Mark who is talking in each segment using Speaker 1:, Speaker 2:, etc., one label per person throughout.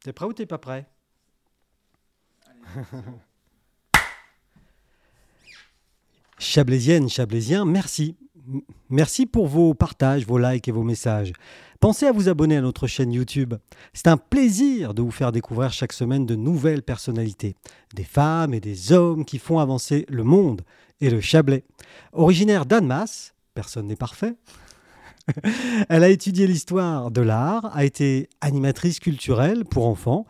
Speaker 1: T'es prêt ou t'es pas prêt Chablaisienne, Chablaisien, merci. M- Merci pour vos partages, vos likes et vos messages. Pensez à vous abonner à notre chaîne YouTube. C'est un plaisir de vous faire découvrir chaque semaine de nouvelles personnalités, des femmes et des hommes qui font avancer le monde et le Chablais. Originaire d'Annemasse, personne n'est parfait, elle a étudié l'histoire de l'art, a été animatrice culturelle pour enfants.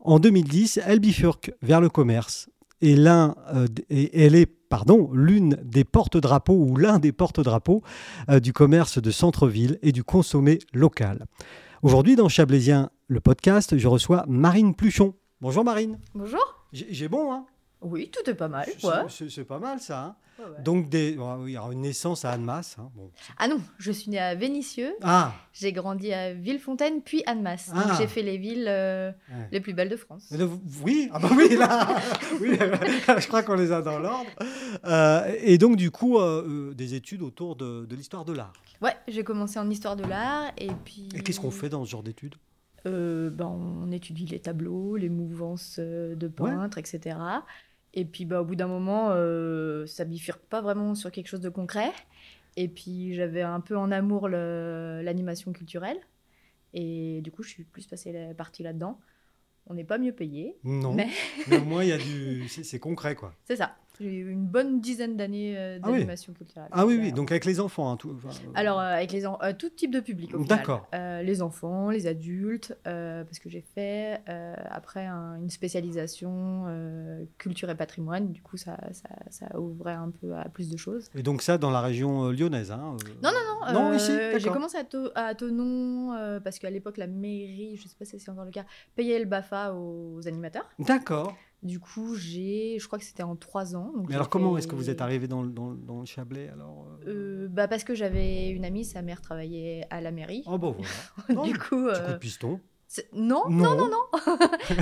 Speaker 1: En 2010, elle bifurque vers le commerce et, l'un, euh, d- et elle est pardon, l'une des porte-drapeaux ou l'un des porte-drapeaux euh, du commerce de centre-ville et du consommé local. Aujourd'hui, dans Chablaisien, le podcast, je reçois Marine Pluchon. Bonjour Marine.
Speaker 2: Bonjour.
Speaker 1: J'ai j'ai bon, hein
Speaker 2: Oui, tout est pas mal.
Speaker 1: C'est-
Speaker 2: ouais.
Speaker 1: c'est- C'est pas mal ça. hein
Speaker 2: Ouais, ouais.
Speaker 1: Donc, des, ah oui, alors une naissance à Annemasse. hein, bon.
Speaker 2: Ah non, je suis née à Vénissieux,
Speaker 1: Ah,
Speaker 2: j'ai grandi à Villefontaine, puis Annemasse. Donc
Speaker 1: Ah.
Speaker 2: j'ai fait les villes euh,
Speaker 1: Ouais.
Speaker 2: les plus belles de France.
Speaker 1: Mais le- Oui, ah bah oui, là, oui, je crois qu'on les a dans l'ordre. Euh, et donc, du coup, euh, euh, des études autour de, de l'histoire de l'art.
Speaker 2: Ouais, j'ai commencé en histoire de l'art et puis.
Speaker 1: Et qu'est-ce qu'on fait dans ce genre d'études
Speaker 2: Euh, ben, On étudie les tableaux, les mouvances euh, de
Speaker 1: Ouais.
Speaker 2: peintres, etc. Et puis bah, au bout d'un moment, euh, ça bifurque pas vraiment sur quelque chose de concret. Et puis j'avais un peu en amour le- l'animation culturelle. Et du coup, je suis plus passée la partie là-dedans. On n'est pas mieux payé.
Speaker 1: Non, mais...
Speaker 2: Mais-
Speaker 1: au moins, il y a du... c'est c'est concret, quoi.
Speaker 2: C'est ça. J'ai eu une bonne dizaine d'années euh,
Speaker 1: Ah oui.
Speaker 2: d'animation culturelle.
Speaker 1: Ah oui, oui,
Speaker 2: Voilà.
Speaker 1: donc avec les enfants. hein, tout- enfin, euh,
Speaker 2: Alors, euh, avec les en- euh, tout type de public, au final.
Speaker 1: D'accord.
Speaker 2: Euh, les enfants, les adultes, euh, parce que j'ai fait euh, après un- une spécialisation euh, culture et patrimoine. Du coup, ça, ça, ça ouvrait un peu à plus de choses.
Speaker 1: Et donc ça, dans la région euh, lyonnaise. hein, euh.
Speaker 2: Non, non, non.
Speaker 1: Non,
Speaker 2: euh,
Speaker 1: ici,
Speaker 2: J'ai
Speaker 1: d'accord.
Speaker 2: commencé à, To- à Tonon, euh, parce qu'à l'époque, la mairie, je sais pas si c'est encore le cas, payait le BAFA aux animateurs.
Speaker 1: D'accord.
Speaker 2: Du coup, j'ai, je crois que c'était en trois ans. donc
Speaker 1: Mais
Speaker 2: j'ai
Speaker 1: alors, comment
Speaker 2: fait-
Speaker 1: est-ce que vous êtes arrivé dans, le- dans, le- dans le Chablais alors euh
Speaker 2: Euh, bah parce que j'avais une amie, sa mère travaillait à la mairie.
Speaker 1: Oh, bon, voilà. non,
Speaker 2: du coup,
Speaker 1: Petit coup de
Speaker 2: euh,
Speaker 1: piston.
Speaker 2: c'est- non, non, non, non,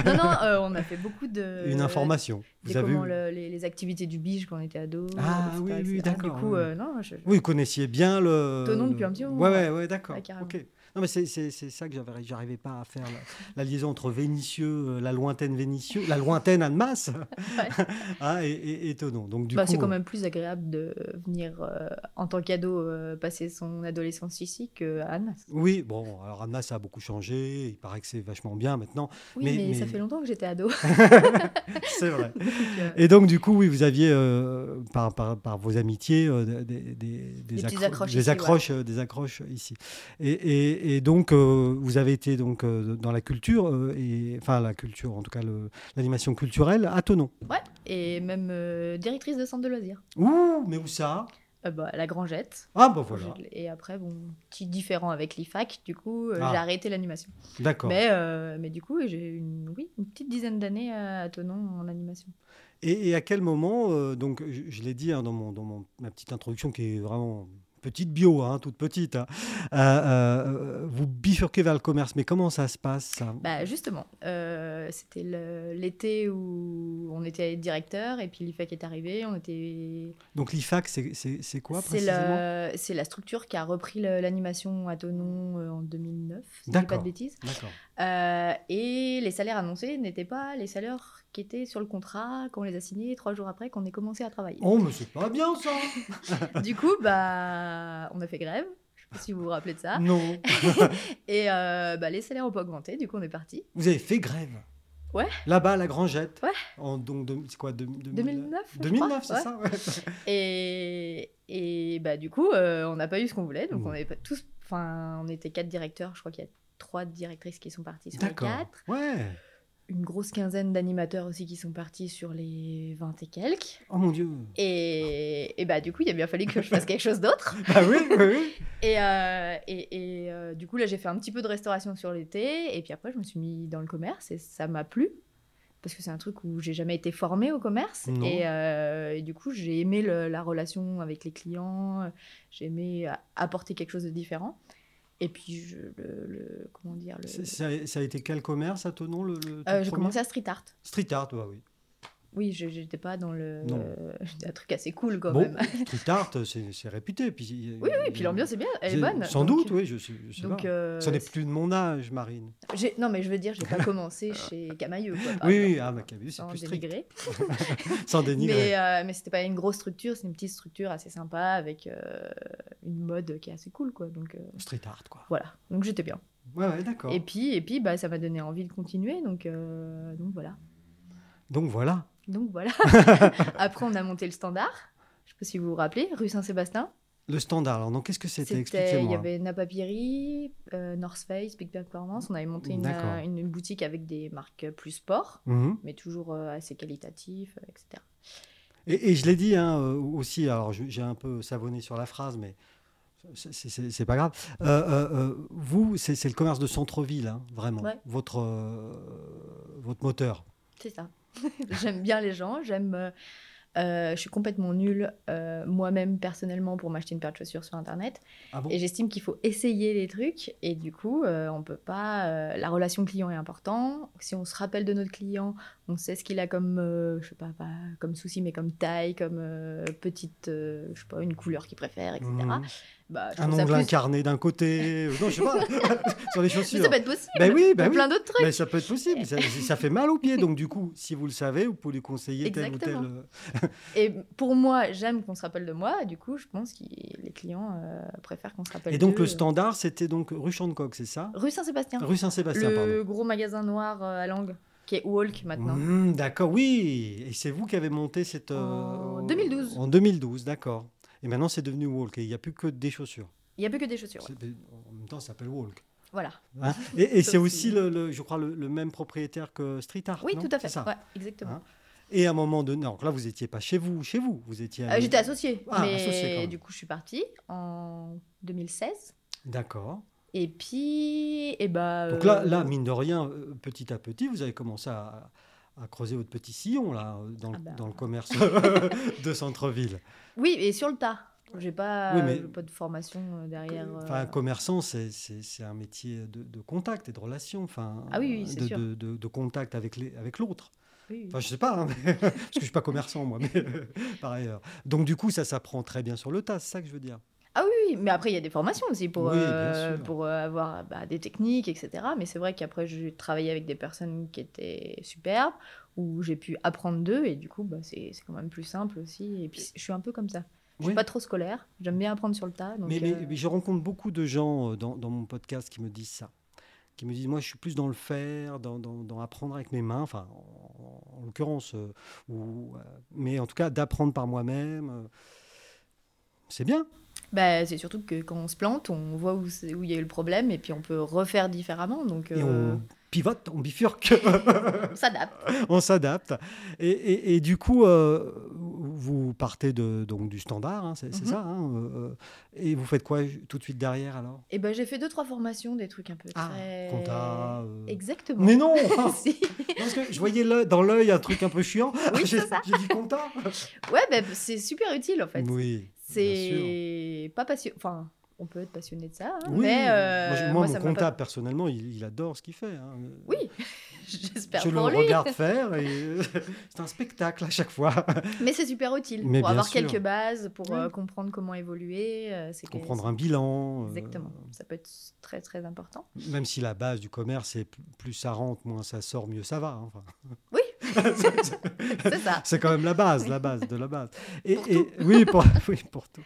Speaker 2: non, non, euh, on a fait beaucoup de.
Speaker 1: Une information.
Speaker 2: des
Speaker 1: Vous avez
Speaker 2: comment
Speaker 1: eu-
Speaker 2: le- les, les activités du biche quand on était ado.
Speaker 1: Ah,
Speaker 2: etc.,
Speaker 1: oui, oui,
Speaker 2: etc.
Speaker 1: d'accord,
Speaker 2: Du coup,
Speaker 1: oui.
Speaker 2: euh, non, je-
Speaker 1: Oui, vous connaissiez bien le.
Speaker 2: Ton nom
Speaker 1: le-
Speaker 2: depuis un petit moment,
Speaker 1: Ouais, ouais, ouais, d'accord.
Speaker 2: Ouais, Ah, carrément.
Speaker 1: ok. Non, mais c'est- c'est c'est ça que j'avais- j'arrivais pas à faire la, la liaison entre Vénitieux, euh, la lointaine Vénitieux, la lointaine Annemasse ah, et, et, et ton nom. Donc, du
Speaker 2: bah,
Speaker 1: coup. euh,
Speaker 2: c'est quand même plus agréable de venir euh, en tant qu'ado euh, passer son adolescence ici que à Annemasse.
Speaker 1: Oui, bon, alors Annemasse a beaucoup changé, il paraît que c'est vachement bien maintenant,
Speaker 2: Oui,
Speaker 1: Mais-
Speaker 2: mais,
Speaker 1: mais-
Speaker 2: ça fait longtemps que j'étais ado.
Speaker 1: c'est vrai.
Speaker 2: donc, euh,
Speaker 1: Et donc, du coup, oui, vous aviez, euh, par, par, par vos amitiés, euh, des, des, des,
Speaker 2: petites
Speaker 1: accro-
Speaker 2: accroches
Speaker 1: des,
Speaker 2: ici, ouais.
Speaker 1: accroches, euh, des accroches ici. Et, et- et donc, euh, vous avez été donc, euh, dans la culture, euh, et, enfin la culture, en tout cas le- l'animation culturelle, à Tonon.
Speaker 2: ouais. Et même euh, directrice de centre de loisirs.
Speaker 1: Ouh, mais où ça
Speaker 2: Euh, bah, la Grangette.
Speaker 1: Ah, bah voilà,
Speaker 2: Je- Et après, bon, petit différent avec l'IFAC, du coup, euh,
Speaker 1: Ah.
Speaker 2: j'ai arrêté l'animation.
Speaker 1: d'accord.
Speaker 2: Mais, euh, mais du coup, j'ai eu une, oui, une petite dizaine d'années euh, à, à Tonon en animation.
Speaker 1: Et, et à quel moment, euh, donc je, je l'ai dit hein, dans, mon, dans mon- ma petite introduction qui est vraiment petite bio, hein, toute petite, hein, euh, euh, vous bifurquez vers le commerce, mais comment ça se passe ça
Speaker 2: Bah, justement, euh, c'était le- l'été où on était directeur et puis l'IFAC est arrivé. On était.
Speaker 1: Donc l'IFAC, c'est- c'est c'est quoi
Speaker 2: C'est
Speaker 1: précisément
Speaker 2: la, c'est la structure qui a repris le- l'animation à Tonon euh, en 2009, si je dis pas
Speaker 1: D'accord.
Speaker 2: de bêtises.
Speaker 1: D'accord.
Speaker 2: Euh, et les salaires annoncés n'étaient pas les salaires qui étaient sur le contrat quand on les a signés trois jours après qu'on ait commencé à travailler.
Speaker 1: Oh, mais c'est pas bien ça
Speaker 2: Du coup, bah, on a fait grève. Je sais pas si vous vous rappelez de ça.
Speaker 1: Non
Speaker 2: Et euh, bah, les salaires ont pas augmenté. Du coup, on est parti.
Speaker 1: Vous avez fait grève
Speaker 2: Ouais.
Speaker 1: Là-bas, à la Grangette
Speaker 2: Ouais.
Speaker 1: En, donc, de- c'est quoi, de- de-
Speaker 2: 2009, je
Speaker 1: 2009, c'est
Speaker 2: crois,
Speaker 1: ça ouais.
Speaker 2: Et, et bah, du coup, euh, on n'a pas eu ce qu'on voulait. Donc,
Speaker 1: Mm.
Speaker 2: on, avait pas tous, enfin, on était quatre directeurs. Je crois qu'il y a trois directrices qui sont parties sur les
Speaker 1: D'accord.
Speaker 2: quatre.
Speaker 1: Ouais.
Speaker 2: Une grosse quinzaine d'animateurs aussi qui sont partis sur les 20 et quelques.
Speaker 1: Oh mon Dieu.
Speaker 2: Et, et bah, du coup, il a bien fallu que je fasse quelque chose d'autre.
Speaker 1: Ah oui, oui, oui.
Speaker 2: Et, euh, et, et, euh, du coup, là, j'ai fait un petit peu de restauration sur l'été. Et puis après, je me suis mis dans le commerce et ça m'a plu. Parce que c'est un truc où j'ai jamais été formée au commerce.
Speaker 1: Non.
Speaker 2: Et, euh, et du coup, j'ai aimé le- la relation avec les clients. J'ai aimé a- apporter quelque chose de différent. Et puis, je, le, le- comment dire le...
Speaker 1: C'est- Ça, a- ça a été quel commerce à Tonon le, le tout
Speaker 2: Euh,
Speaker 1: premier
Speaker 2: J'ai commencé à street art.
Speaker 1: Street art, ouais, oui.
Speaker 2: Oui, je- j'étais pas dans le.
Speaker 1: Non.
Speaker 2: euh, un truc assez cool quand
Speaker 1: Bon,
Speaker 2: même.
Speaker 1: street art, euh, c'est c'est réputé. Puis,
Speaker 2: Oui, oui, et puis l'ambiance est bien, elle est
Speaker 1: C'est-
Speaker 2: bonne.
Speaker 1: Sans
Speaker 2: donc-
Speaker 1: doute, oui, je, sais- je sais
Speaker 2: Donc,
Speaker 1: pas.
Speaker 2: euh,
Speaker 1: Ça n'est plus de mon âge, Marine.
Speaker 2: j'ai- Non, mais je veux dire, j'ai pas commencé chez Camailleux. Quoi, par
Speaker 1: oui,
Speaker 2: exemple,
Speaker 1: oui, ah, bah, Camus, c'est
Speaker 2: sans
Speaker 1: plus strict.
Speaker 2: dénigrer.
Speaker 1: Sans dénigrer.
Speaker 2: Mais, euh, mais c'était pas une grosse structure, c'est une petite structure assez sympa avec euh, une mode qui est assez cool, quoi. Donc euh,
Speaker 1: Street art, quoi.
Speaker 2: voilà, donc j'étais bien.
Speaker 1: Ouais, ouais, d'accord.
Speaker 2: Et puis, et puis bah, ça m'a donné envie de continuer, donc, euh, donc voilà.
Speaker 1: Donc voilà.
Speaker 2: Donc voilà. Après, on a monté le standard. Je sais pas si vous vous rappelez, rue Saint-Sébastien.
Speaker 1: Le standard, alors, donc qu'est-ce que c'était
Speaker 2: C'était, il y
Speaker 1: Expliquez-moi.
Speaker 2: avait Napapiri, euh, North Face, Big Performance. On avait monté une,
Speaker 1: D'accord.
Speaker 2: euh, une boutique avec des marques plus sport,
Speaker 1: Mhm.
Speaker 2: mais toujours euh, assez qualitatif, euh, etc.
Speaker 1: Et, et je l'ai dit hein, euh, aussi, alors je- j'ai un peu savonné sur la phrase, mais c'est- c'est c'est- c'est pas grave. Euh, euh, euh, vous, c'est c'est le commerce de centre-ville, hein, vraiment,
Speaker 2: Ouais.
Speaker 1: votre, euh, votre moteur.
Speaker 2: C'est ça. j'aime bien les gens, j'aime. euh, euh, je suis complètement nulle euh, moi-même personnellement pour m'acheter une paire de chaussures sur internet.
Speaker 1: Ah bon
Speaker 2: Et j'estime qu'il faut essayer les trucs. Et du coup, euh, on peut pas. euh, la relation client est importante. Si on se rappelle de notre client, on sait ce qu'il a comme, euh, je sais pas, pas comme souci, mais comme taille, comme euh, petite, euh, je sais pas, une couleur qu'il préfère, etc.
Speaker 1: Mhm.
Speaker 2: Bah, je
Speaker 1: Un
Speaker 2: trouve ça
Speaker 1: ongle
Speaker 2: plus-
Speaker 1: incarné d'un côté, euh, non, je sais pas, sur les
Speaker 2: Mais
Speaker 1: chaussures.
Speaker 2: ça peut être possible.
Speaker 1: Ben oui, ben
Speaker 2: Il y a
Speaker 1: oui.
Speaker 2: plein d'autres trucs.
Speaker 1: Mais ça peut être possible, ça, ça fait mal aux pieds. Donc, du coup, si vous le savez, vous pouvez lui conseiller tel ou tel.
Speaker 2: Exactement.
Speaker 1: euh,
Speaker 2: Et pour moi, j'aime qu'on se rappelle de moi. Du coup, je pense que les clients euh, préfèrent qu'on se rappelle.
Speaker 1: Et donc,
Speaker 2: d'eux. euh.
Speaker 1: le standard, c'était donc rue Chantecoq, c'est ça
Speaker 2: Rue Saint-Sébastien.
Speaker 1: Rue Saint-Sébastien,
Speaker 2: le gros magasin noir euh, à Langue, qui est Walk
Speaker 1: pardon.
Speaker 2: maintenant.
Speaker 1: Mmh, d'accord, oui. Et c'est vous qui avez monté cette. euh,
Speaker 2: En 2012.
Speaker 1: En 2012, d'accord. Et maintenant, c'est devenu Walk. Et il n'y a plus que des chaussures.
Speaker 2: Il n'y a plus que des chaussures. ouais.
Speaker 1: C'est- En même temps, ça s'appelle Walk.
Speaker 2: Voilà.
Speaker 1: hein. et et c'est
Speaker 2: Sauf
Speaker 1: aussi,
Speaker 2: si-
Speaker 1: le, le- je crois, le, le même propriétaire que Street Art.
Speaker 2: Oui,
Speaker 1: non
Speaker 2: tout à fait.
Speaker 1: C'est ça.
Speaker 2: Ouais, exactement.
Speaker 1: Hein Et à un moment donné, alors là, vous n'étiez pas chez vous, chez vous. Vous étiez.
Speaker 2: Euh,
Speaker 1: allé-
Speaker 2: J'étais associée,
Speaker 1: Ah,
Speaker 2: mais
Speaker 1: associée, quand même.
Speaker 2: du coup, je suis partie en 2016.
Speaker 1: D'accord.
Speaker 2: Et puis, et bah,
Speaker 1: Donc
Speaker 2: euh,
Speaker 1: là, là, mine de rien, euh, petit à petit, vous avez commencé à, à creuser votre petit sillon là, euh, dans, le-
Speaker 2: Ah bah.
Speaker 1: dans le commerce de centre-ville.
Speaker 2: oui, et sur le tas. J'ai pas,
Speaker 1: Oui, mais-
Speaker 2: j'ai pas de formation euh, derrière. euh,
Speaker 1: Enfin, un commerçant, c'est- c'est c'est un métier de, de contact et de relation, enfin,
Speaker 2: Ah oui, oui, c'est
Speaker 1: de,
Speaker 2: sûr.
Speaker 1: de- de- de contact avec les- avec l'autre.
Speaker 2: oui, oui.
Speaker 1: enfin, je sais pas, hein, mais- parce que je suis pas commerçant moi, mais euh, par ailleurs. Donc du coup, ça s'apprend très bien sur le tas, c'est ça que je veux dire.
Speaker 2: Ah oui, oui, mais après, il y a des formations aussi pour,
Speaker 1: Oui, bien
Speaker 2: euh,
Speaker 1: sûr.
Speaker 2: pour euh, avoir bah, des techniques, etc. Mais c'est vrai qu'après, j'ai travaillé avec des personnes qui étaient superbes, où j'ai pu apprendre d'eux, et du coup, bah, c'est c'est quand même plus simple aussi. Et puis, je suis un peu comme ça. Je suis
Speaker 1: Oui.
Speaker 2: pas trop scolaire, j'aime bien apprendre sur le tas. donc,
Speaker 1: Mais, mais-
Speaker 2: euh,
Speaker 1: mais je rencontre beaucoup de gens euh, dans, dans mon podcast qui me disent ça. Qui me disent, moi, je suis plus dans le faire, dans, dans- dans apprendre avec mes mains, enfin, en, en l'occurrence, euh, ou, euh, mais en tout cas, d'apprendre par moi-même. euh, c'est bien.
Speaker 2: Bah, c'est surtout que quand on se plante, on voit où c'est- où il y a eu le problème et puis on peut refaire différemment. Donc
Speaker 1: Et
Speaker 2: euh,
Speaker 1: on pivote, on bifurque,
Speaker 2: on s'adapte.
Speaker 1: on s'adapte. Et, et- et du coup, euh, vous partez de, donc, du standard, hein, c'est c'est
Speaker 2: Mhm.
Speaker 1: ça. hein, euh, euh, et vous faites quoi tout de suite derrière alors
Speaker 2: Et ben j'ai fait deux trois formations, des trucs un peu
Speaker 1: Ah,
Speaker 2: très.
Speaker 1: compta, euh,
Speaker 2: Exactement.
Speaker 1: Mais non
Speaker 2: Si.
Speaker 1: Parce que je voyais l'œil- dans l'œil un truc un peu chiant.
Speaker 2: Oui,
Speaker 1: J'ai
Speaker 2: c'est ça.
Speaker 1: j'ai dit content.
Speaker 2: Ouais, ben c'est super utile en fait.
Speaker 1: Oui. bien sûr.
Speaker 2: c'est pas passion. Enfin, on peut être passionné de ça, hein,
Speaker 1: Oui.
Speaker 2: mais euh,
Speaker 1: moi, je- moi,
Speaker 2: moi,
Speaker 1: mon
Speaker 2: ça m'a
Speaker 1: comptable,
Speaker 2: pas-
Speaker 1: personnellement, il, il adore ce qu'il fait. hein.
Speaker 2: Oui, j'espère
Speaker 1: Je le
Speaker 2: pour lui.
Speaker 1: regarde faire et c'est un spectacle à chaque fois.
Speaker 2: Mais c'est super utile
Speaker 1: Mais
Speaker 2: pour
Speaker 1: bien
Speaker 2: avoir
Speaker 1: sûr.
Speaker 2: quelques bases, pour euh,
Speaker 1: Oui.
Speaker 2: comprendre comment évoluer. euh, c'est que-
Speaker 1: Comprendre un bilan. euh,
Speaker 2: Exactement. Ça peut être très très important.
Speaker 1: même si la base du commerce, c'est plus- plus ça rentre, moins ça sort, mieux ça va. hein. Enfin,
Speaker 2: C'est ça.
Speaker 1: c'est quand même la base, la base de la base. Et,
Speaker 2: Pour
Speaker 1: et-
Speaker 2: tout.
Speaker 1: oui, pour, oui, pour tout.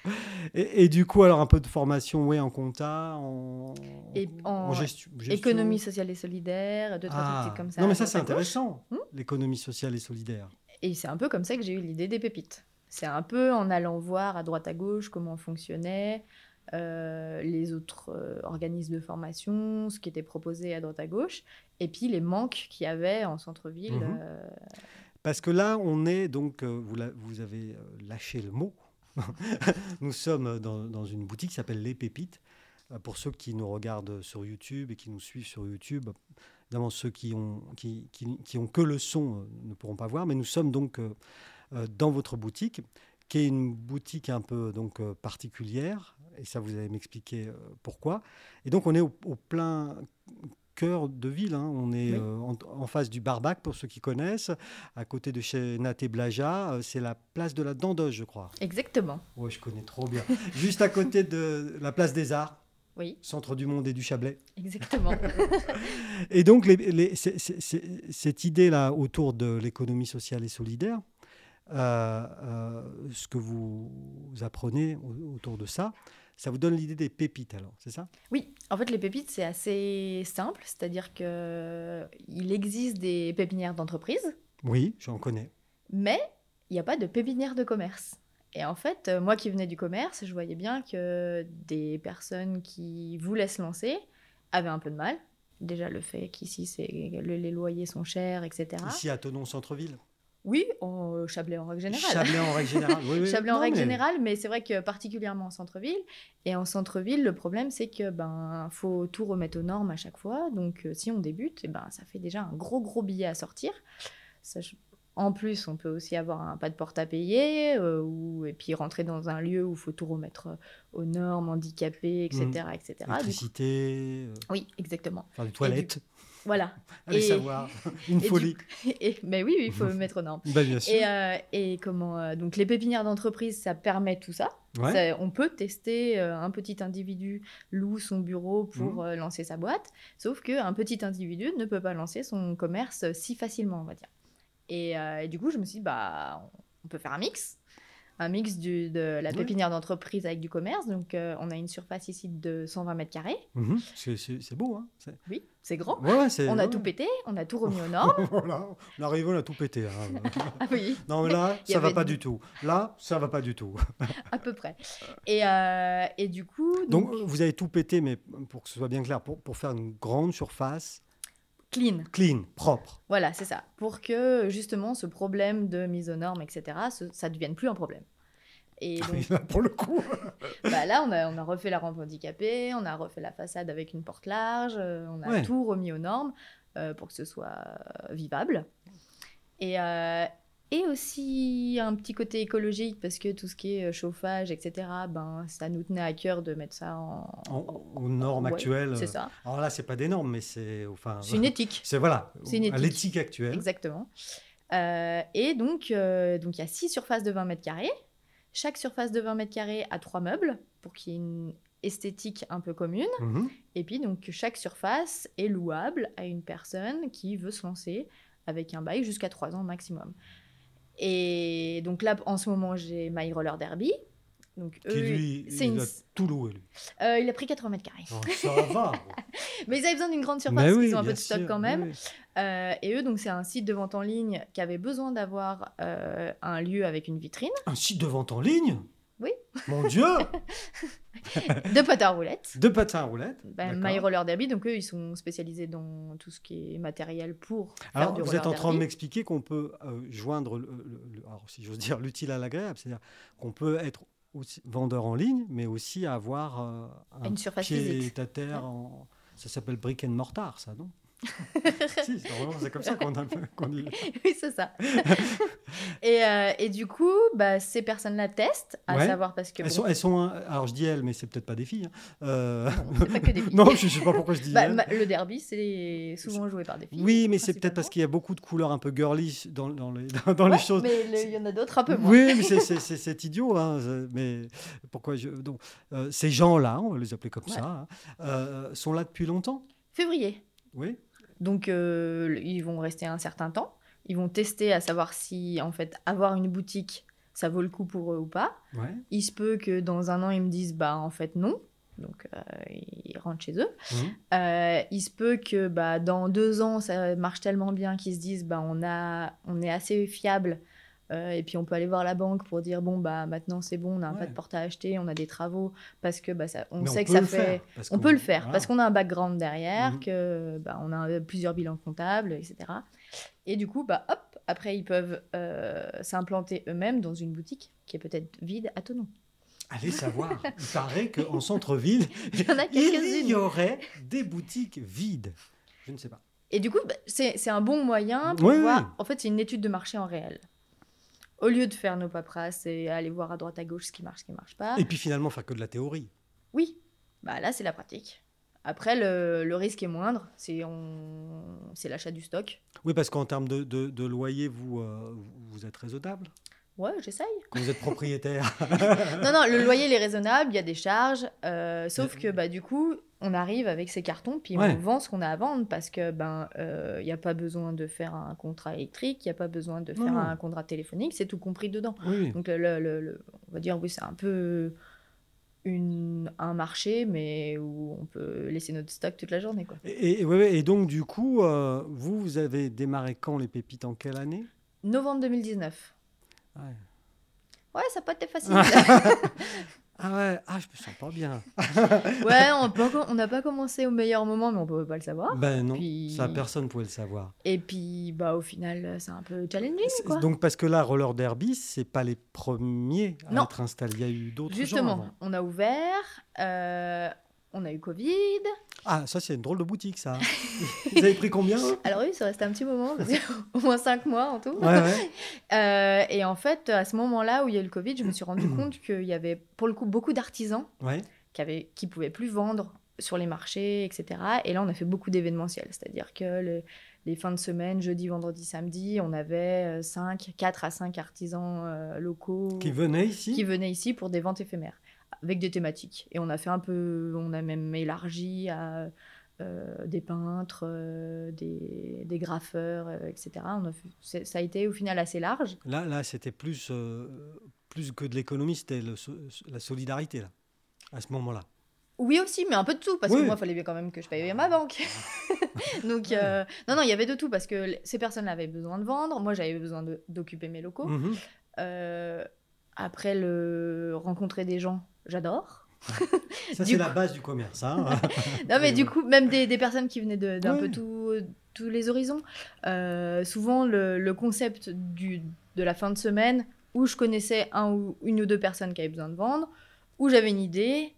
Speaker 1: Et, et du coup, alors un peu de formation, oui, en compta, en,
Speaker 2: Et en
Speaker 1: gestu- gestion.
Speaker 2: Économie sociale et solidaire, deux, trois
Speaker 1: euh, Ah.
Speaker 2: trucs comme ça.
Speaker 1: Non, mais
Speaker 2: à
Speaker 1: ça,
Speaker 2: droite
Speaker 1: c'est
Speaker 2: à gauche.
Speaker 1: intéressant.
Speaker 2: Hmm
Speaker 1: L'économie sociale et solidaire.
Speaker 2: Et c'est un peu comme ça que j'ai eu l'idée des pépites. C'est un peu en allant voir à droite à gauche comment fonctionnaient euh, les autres euh, organismes de formation, ce qui était proposé à droite à gauche, et puis les manques qu'il y avait en centre-ville.
Speaker 1: Mhm.
Speaker 2: euh,
Speaker 1: Parce que là, on est donc, euh, vous, la- vous avez euh, lâché le mot. nous sommes dans, dans une boutique qui s'appelle Les Pépites. Euh, Pour ceux qui nous regardent sur YouTube et qui nous suivent sur YouTube, évidemment ceux qui ont, qui, qui- qui ont que le son euh, ne pourront pas voir, mais nous sommes donc euh, euh, dans votre boutique, qui est une boutique un peu donc euh, particulière, et ça vous allez m'expliquer euh, pourquoi. Et donc on est au, au plein cœur de ville. hein. On est
Speaker 2: Oui.
Speaker 1: euh, en, en face du Barbac, pour ceux qui connaissent, à côté de chez Naté Blaja. euh, C'est la place de la Dandoche, je crois.
Speaker 2: Exactement.
Speaker 1: Ouais, je connais trop bien. Juste à côté de la place des Arts,
Speaker 2: Oui,
Speaker 1: centre du monde et du Chablais.
Speaker 2: exactement.
Speaker 1: Et donc, les- les- c'est- c'est- c'est- cette idée-là autour de l'économie sociale et solidaire, euh, euh, ce que vous apprenez au- autour de ça, ça vous donne l'idée des pépites, alors, c'est ça
Speaker 2: oui, en fait, les pépites, c'est assez simple, c'est-à-dire que il existe des pépinières d'entreprise,
Speaker 1: Oui, j'en connais.
Speaker 2: mais il n'y a pas de pépinière de commerce. Et en fait, euh, moi qui venais du commerce, je voyais bien que des personnes qui voulaient se lancer avaient un peu de mal. Déjà, le fait qu'ici, c'est- le- les loyers sont chers, etc.
Speaker 1: Ici, à Tonon, centre-ville.
Speaker 2: Oui, en euh, Chablais en règle générale.
Speaker 1: Chablais en règle générale. Oui, oui.
Speaker 2: Chablais en
Speaker 1: Non,
Speaker 2: règle
Speaker 1: mais
Speaker 2: générale, mais c'est vrai que particulièrement en centre-ville. Et en centre-ville, le problème, c'est que ben faut tout remettre aux normes à chaque fois. Donc euh, si on débute, eh ben ça fait déjà un gros gros billet à sortir. Ça, je- En plus, on peut aussi avoir un pas de porte à payer euh, ou et puis rentrer dans un lieu où faut tout remettre euh, aux normes, handicapés, etc., etc. Ah, Du coup-
Speaker 1: Mmh. Électricité, euh,
Speaker 2: oui, exactement.
Speaker 1: enfin, les toilettes,
Speaker 2: Voilà.
Speaker 1: allez
Speaker 2: et-
Speaker 1: savoir, une
Speaker 2: et du-
Speaker 1: folie.
Speaker 2: Et- mais oui, oui, il faut mettre aux normes.
Speaker 1: Bah, bien sûr.
Speaker 2: Et, euh, et comment euh, donc les pépinières d'entreprise, ça permet tout ça.
Speaker 1: Ouais.
Speaker 2: Ça- on peut tester euh, un petit individu loue son bureau pour
Speaker 1: Mhm.
Speaker 2: euh, lancer sa boîte, sauf qu'un petit individu ne peut pas lancer son commerce euh, si facilement, on va dire. Et, euh, et du coup, je me suis dit, bah, on peut faire un mix. Un mix du- de la
Speaker 1: Ouais.
Speaker 2: pépinière d'entreprise avec du commerce. Donc, euh, on a une surface ici de 120 mètres carrés.
Speaker 1: Mhm. C'est- C'est c'est beau, hein c'est-
Speaker 2: Oui, c'est grand.
Speaker 1: Ouais, ouais, c'est-
Speaker 2: Oh, On a
Speaker 1: ouais.
Speaker 2: tout pété, on a tout remis aux normes.
Speaker 1: voilà, on arrive, on a tout pété. hein.
Speaker 2: Ah oui,
Speaker 1: Non, mais là,
Speaker 2: Il y
Speaker 1: ça va
Speaker 2: avait
Speaker 1: pas
Speaker 2: du-
Speaker 1: du tout. Là, ça va pas du tout.
Speaker 2: à peu près. Et, euh, et du coup,
Speaker 1: Donc,
Speaker 2: donc,
Speaker 1: vous avez tout pété, mais pour que ce soit bien clair, pour, pour faire une grande surface
Speaker 2: clean.
Speaker 1: clean, propre.
Speaker 2: Voilà, c'est ça. Pour que justement ce problème de mise aux normes, etc., ce- ça ne devienne plus un problème. Et
Speaker 1: Ah
Speaker 2: donc,
Speaker 1: pour le coup.
Speaker 2: bah là, on a, on a refait la rampe handicapée, on a refait la façade avec une porte large, euh, on a
Speaker 1: Ouais.
Speaker 2: tout remis aux normes euh, pour que ce soit euh, vivable. Et, euh, et aussi un petit côté écologique, parce que tout ce qui est euh, chauffage, etc., ben, ça nous tenait à cœur de mettre ça en.
Speaker 1: En- aux normes
Speaker 2: Ouais,
Speaker 1: actuelles. euh,
Speaker 2: C'est ça.
Speaker 1: Alors là, c'est pas des normes, mais c'est. Enfin,
Speaker 2: C'est une éthique.
Speaker 1: c'est- voilà,
Speaker 2: c'est une
Speaker 1: à
Speaker 2: éthique.
Speaker 1: l'éthique actuelle.
Speaker 2: Exactement. Euh, et donc, euh, donc, il y a six surfaces de 20 mètres carrés. Chaque surface de 20 mètres carrés a trois meubles pour qu'il y ait une esthétique un peu commune.
Speaker 1: Mhm.
Speaker 2: Et puis, donc, chaque surface est louable à une personne qui veut se lancer avec un bail jusqu'à trois ans maximum. Et donc là, en ce moment, j'ai My Roller Derby. Donc,
Speaker 1: Qui
Speaker 2: eux,
Speaker 1: lui,
Speaker 2: Euh, c'est
Speaker 1: il
Speaker 2: une-
Speaker 1: a tout loué, lui.
Speaker 2: euh, il a pris 80 mètres carrés.
Speaker 1: Oh, ça va.
Speaker 2: Mais ils avaient besoin d'une grande surface,
Speaker 1: Mais
Speaker 2: ils
Speaker 1: oui,
Speaker 2: ont un
Speaker 1: bien
Speaker 2: peu de stock
Speaker 1: sûr,
Speaker 2: quand
Speaker 1: oui,
Speaker 2: même.
Speaker 1: oui.
Speaker 2: Euh, et eux, donc, c'est un site de vente en ligne qui avait besoin d'avoir euh, un lieu avec une vitrine,
Speaker 1: Un site de vente en ligne
Speaker 2: Oui.
Speaker 1: Mon Dieu
Speaker 2: de patins à roulettes.
Speaker 1: Deux patins à roulettes.
Speaker 2: Ben,
Speaker 1: D'accord.
Speaker 2: My Roller Derby, donc eux, ils sont spécialisés dans tout ce qui est matériel pour. faire
Speaker 1: Alors,
Speaker 2: du
Speaker 1: vous
Speaker 2: roller
Speaker 1: êtes en train de
Speaker 2: derby.
Speaker 1: m'expliquer qu'on peut euh, joindre, le, le- le- alors, si j'ose dire, l'utile à l'agréable, c'est-à-dire qu'on peut être aussi vendeur en ligne, mais aussi avoir euh, un
Speaker 2: Une surface
Speaker 1: pied
Speaker 2: physique.
Speaker 1: à terre.
Speaker 2: Ouais.
Speaker 1: en- Ça s'appelle brick and mortar, ça, non Si, c'est normalement, c'est comme ça qu'on a- qu'on dit.
Speaker 2: Oui, c'est ça. et, euh, et du coup, bah, ces personnes-là testent, à
Speaker 1: Ouais.
Speaker 2: savoir parce que.
Speaker 1: Elles
Speaker 2: bon,
Speaker 1: sont, elles sont, un- alors je dis elles, mais c'est peut-être pas des filles. hein. Euh,
Speaker 2: c'est pas que des filles.
Speaker 1: non, je sais pas pourquoi je dis
Speaker 2: Bah,
Speaker 1: elles.
Speaker 2: ma- le derby, c'est souvent joué par des filles.
Speaker 1: Oui, mais c'est peut-être parce
Speaker 2: principalement.
Speaker 1: qu'il y a beaucoup de couleurs un peu girlish dans, dans les, dans, dans les
Speaker 2: Ouais,
Speaker 1: choses.
Speaker 2: Mais le- il y en a d'autres un peu moins.
Speaker 1: Oui, mais c'est- c'est- c'est c'est idiot. hein, je- Mais pourquoi je... Donc, euh, ces gens-là, on va les appeler comme
Speaker 2: Ouais.
Speaker 1: ça, hein, euh, sont là depuis longtemps.
Speaker 2: Février.
Speaker 1: Oui.
Speaker 2: Donc euh, le- ils vont rester un certain temps. Ils vont tester à savoir si en fait avoir une boutique ça vaut le coup pour eux ou pas.
Speaker 1: Ouais.
Speaker 2: Il se peut que dans un an ils me disent bah en fait non. Donc euh, ils rentrent chez eux.
Speaker 1: Mhm.
Speaker 2: Euh, il se peut que bah, dans deux ans ça marche tellement bien qu'ils se disent bah on a on est assez fiable. euh, et puis on peut aller voir la banque pour dire bon bah maintenant c'est bon on a un
Speaker 1: Ouais.
Speaker 2: pas de porte à acheter on a des travaux parce que bah ça, on
Speaker 1: Mais
Speaker 2: sait que
Speaker 1: peut
Speaker 2: ça
Speaker 1: le
Speaker 2: fait
Speaker 1: faire, parce
Speaker 2: on
Speaker 1: qu'on-
Speaker 2: peut le faire
Speaker 1: voilà.
Speaker 2: parce qu'on a un background derrière,
Speaker 1: Mhm.
Speaker 2: que bah, on a euh, plusieurs bilans comptables, etc. Et du coup, bah hop, après ils peuvent euh, s'implanter eux-mêmes dans une boutique qui est peut-être vide à ton nom.
Speaker 1: Allez savoir. Il paraît qu'en centre-ville,
Speaker 2: Il y en a
Speaker 1: il y
Speaker 2: quelques-unes.
Speaker 1: aurait des boutiques vides. Je ne sais pas.
Speaker 2: Et du coup, bah, c'est c'est un bon moyen pour
Speaker 1: Oui,
Speaker 2: voir.
Speaker 1: oui.
Speaker 2: En fait, c'est une étude de marché en réel. Au lieu de faire nos paperasses et aller voir à Ah. droite à gauche ce qui marche, ce qui marche pas.
Speaker 1: Et puis finalement, faire que de la théorie.
Speaker 2: Oui, bah là c'est la pratique. Après, le, le risque est moindre, c'est on- c'est l'achat du stock.
Speaker 1: Oui, parce qu'en termes de, de- de loyer, vous, euh, vous êtes raisonnable
Speaker 2: Ouais, j'essaye.
Speaker 1: quand vous êtes propriétaire.
Speaker 2: Non, non, le loyer il est raisonnable, il y a des charges, euh, sauf que bah, du coup, on arrive avec ces cartons, puis
Speaker 1: Ouais.
Speaker 2: on vend ce qu'on a à vendre, parce que ben, euh, il n'y a pas besoin de faire un contrat électrique, il n'y a pas besoin de
Speaker 1: Non,
Speaker 2: faire
Speaker 1: non.
Speaker 2: un contrat téléphonique, c'est tout compris dedans.
Speaker 1: oui.
Speaker 2: Donc, le, le- le- le- on va dire, oui, c'est un peu une, un marché, mais où on peut laisser notre stock toute la journée. Quoi.
Speaker 1: Et, et- ouais, ouais, et donc, du coup, euh, vous, vous avez démarré quand les pépites En quelle année
Speaker 2: Novembre 2019.
Speaker 1: Ouais.
Speaker 2: Ouais, ça n'a pas été facile.
Speaker 1: Ah ouais, ah, je me sens pas bien.
Speaker 2: ouais, on n'a pas com- on n'a pas commencé au meilleur moment, mais on ne pouvait pas le savoir.
Speaker 1: ben non,
Speaker 2: Oh. puis-
Speaker 1: ça, personne pouvait le savoir.
Speaker 2: Et puis, bah, au final, c'est un peu challenging,
Speaker 1: C'est-
Speaker 2: quoi.
Speaker 1: Donc, parce que là, Roller Derby, c'est pas les premiers à
Speaker 2: Non.
Speaker 1: être installés. Il y a eu d'autres gens
Speaker 2: Justement,
Speaker 1: avant.
Speaker 2: on a ouvert, euh, on a eu Covid.
Speaker 1: Ah, ça, c'est une drôle de boutique, ça. vous avez pris combien eux
Speaker 2: Alors oui, ça restait un petit moment, parce que au moins cinq mois en tout.
Speaker 1: Ouais, ouais.
Speaker 2: Euh, et en fait, à ce moment-là où il y a eu le Covid, je me suis rendu compte qu'il y avait, pour le coup, beaucoup d'artisans
Speaker 1: ouais.
Speaker 2: qui avaient, qui pouvaient plus vendre sur les marchés, etc. Et là, on a fait beaucoup d'événementiels, c'est-à-dire que le- les fins de semaine, jeudi, vendredi, samedi, on avait 5, 4 à 5 artisans euh, locaux
Speaker 1: Qui venaient ici
Speaker 2: qui venaient ici pour des ventes éphémères avec des thématiques. Et on a fait un peu, on a même élargi à euh, des peintres, euh, des, des graffeurs, euh, etc. On a fait- c'est- ça a été au final assez large.
Speaker 1: Là, là c'était plus, euh, plus que de l'économie, c'était le so- la solidarité, là, à ce moment-là.
Speaker 2: Oui aussi, mais un peu de tout, parce
Speaker 1: Oui.
Speaker 2: que moi, il fallait bien quand même que je paye ma banque. Donc, euh, non, non, il y avait de tout, parce que l- ces personnes-là avaient besoin de vendre, moi j'avais besoin de- d'occuper mes locaux.
Speaker 1: Mhm.
Speaker 2: Euh, après, le rencontrer des gens, j'adore.
Speaker 1: Ça,
Speaker 2: Du
Speaker 1: c'est la
Speaker 2: coup-
Speaker 1: base du commerce. hein.
Speaker 2: Non, mais
Speaker 1: Et
Speaker 2: du
Speaker 1: voilà.
Speaker 2: coup, même des, des personnes qui venaient de- d'un
Speaker 1: Ouais.
Speaker 2: peu tout- tous les horizons. Euh, souvent, le, le concept du, de la fin de semaine, où je connaissais un ou, une ou deux personnes qui avaient besoin de vendre, où j'avais une idée.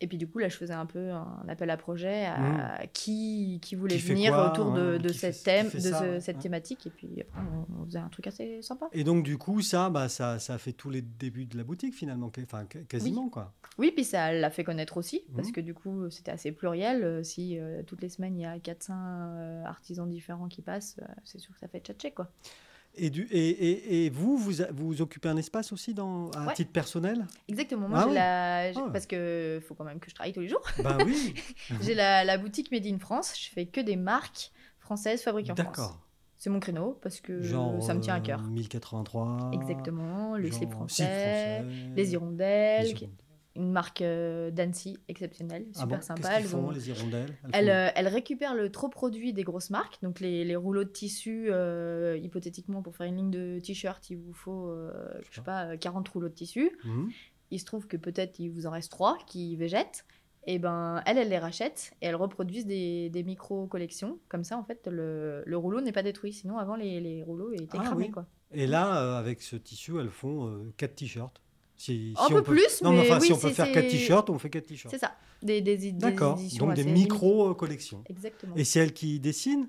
Speaker 2: Et puis, du coup, là, je faisais un peu un appel à projet à qui, qui voulait
Speaker 1: Qui fait
Speaker 2: venir
Speaker 1: quoi,
Speaker 2: autour
Speaker 1: hein,
Speaker 2: de, de
Speaker 1: qui
Speaker 2: ce
Speaker 1: fait- qui
Speaker 2: thème,
Speaker 1: fait
Speaker 2: de
Speaker 1: ça,
Speaker 2: ce-
Speaker 1: ouais,
Speaker 2: cette
Speaker 1: ouais.
Speaker 2: thématique. Et puis, après, on, on faisait un truc assez sympa.
Speaker 1: Et donc, du coup, ça, bah, ça, ça fait tous les débuts de la boutique, finalement, que- enfin, que- quasiment, quoi.
Speaker 2: Oui, puis ça l'a fait connaître aussi, parce
Speaker 1: Mhm.
Speaker 2: que du coup, c'était assez pluriel. Euh, Si euh, toutes les semaines, il y a 4-5 euh, artisans différents qui passent, euh, c'est sûr que ça fait tchatché, quoi.
Speaker 1: Et, du, et, et, et vous, vous, a- vous occupez un espace aussi, dans, à
Speaker 2: Ouais.
Speaker 1: titre personnel
Speaker 2: Exactement, moi,
Speaker 1: Ah
Speaker 2: j'ai
Speaker 1: oui.
Speaker 2: la... j'ai-
Speaker 1: Ah ouais.
Speaker 2: parce que faut quand même que je travaille tous les jours.
Speaker 1: Ben oui,
Speaker 2: j'ai la, la boutique Made in France, je fais que des marques françaises fabriquées en France.
Speaker 1: d'accord.
Speaker 2: C'est mon créneau, parce que
Speaker 1: Genre,
Speaker 2: ça me tient à
Speaker 1: euh,
Speaker 2: cœur.
Speaker 1: 1083.
Speaker 2: Exactement,
Speaker 1: genre,
Speaker 2: le slip
Speaker 1: slip
Speaker 2: français,
Speaker 1: français,
Speaker 2: les hirondelles,
Speaker 1: les hirondelles.
Speaker 2: une marque euh, d'Annecy exceptionnelle,
Speaker 1: Ah
Speaker 2: super
Speaker 1: bon,
Speaker 2: sympa.
Speaker 1: Qu'est-ce
Speaker 2: elles
Speaker 1: qu'ils font,
Speaker 2: ont-
Speaker 1: les hirondelles Elles
Speaker 2: Elle,
Speaker 1: font-
Speaker 2: euh, elle récupère le trop produit des grosses marques, donc les, les rouleaux de tissu, euh, hypothétiquement pour faire une ligne de t-shirt, il vous faut, euh, je sais pas, euh, 40 rouleaux de tissu.
Speaker 1: Mhm.
Speaker 2: Il se trouve que peut-être il vous en reste 3 qui végètent. Et ben, elle, elle les rachète et elle reproduit des, des micro-collections. Comme ça, en fait, le, le rouleau n'est pas détruit. Sinon, avant, les, les rouleaux étaient
Speaker 1: Ah
Speaker 2: cramés,
Speaker 1: oui.
Speaker 2: quoi.
Speaker 1: Et là, euh, avec ce tissu, elles font 4 t-shirts. Si,
Speaker 2: Un
Speaker 1: si
Speaker 2: peu
Speaker 1: on peut...
Speaker 2: plus,
Speaker 1: non, mais
Speaker 2: mais
Speaker 1: enfin, si
Speaker 2: oui,
Speaker 1: on peut
Speaker 2: c'est-
Speaker 1: faire 4
Speaker 2: c'est-
Speaker 1: t-shirts, on fait 4 t-shirts.
Speaker 2: C'est ça. Des, des, des
Speaker 1: D'accord.
Speaker 2: éditions
Speaker 1: Donc des
Speaker 2: assez limitées.
Speaker 1: micro-collections.
Speaker 2: Exactement.
Speaker 1: Et c'est elles qui dessinent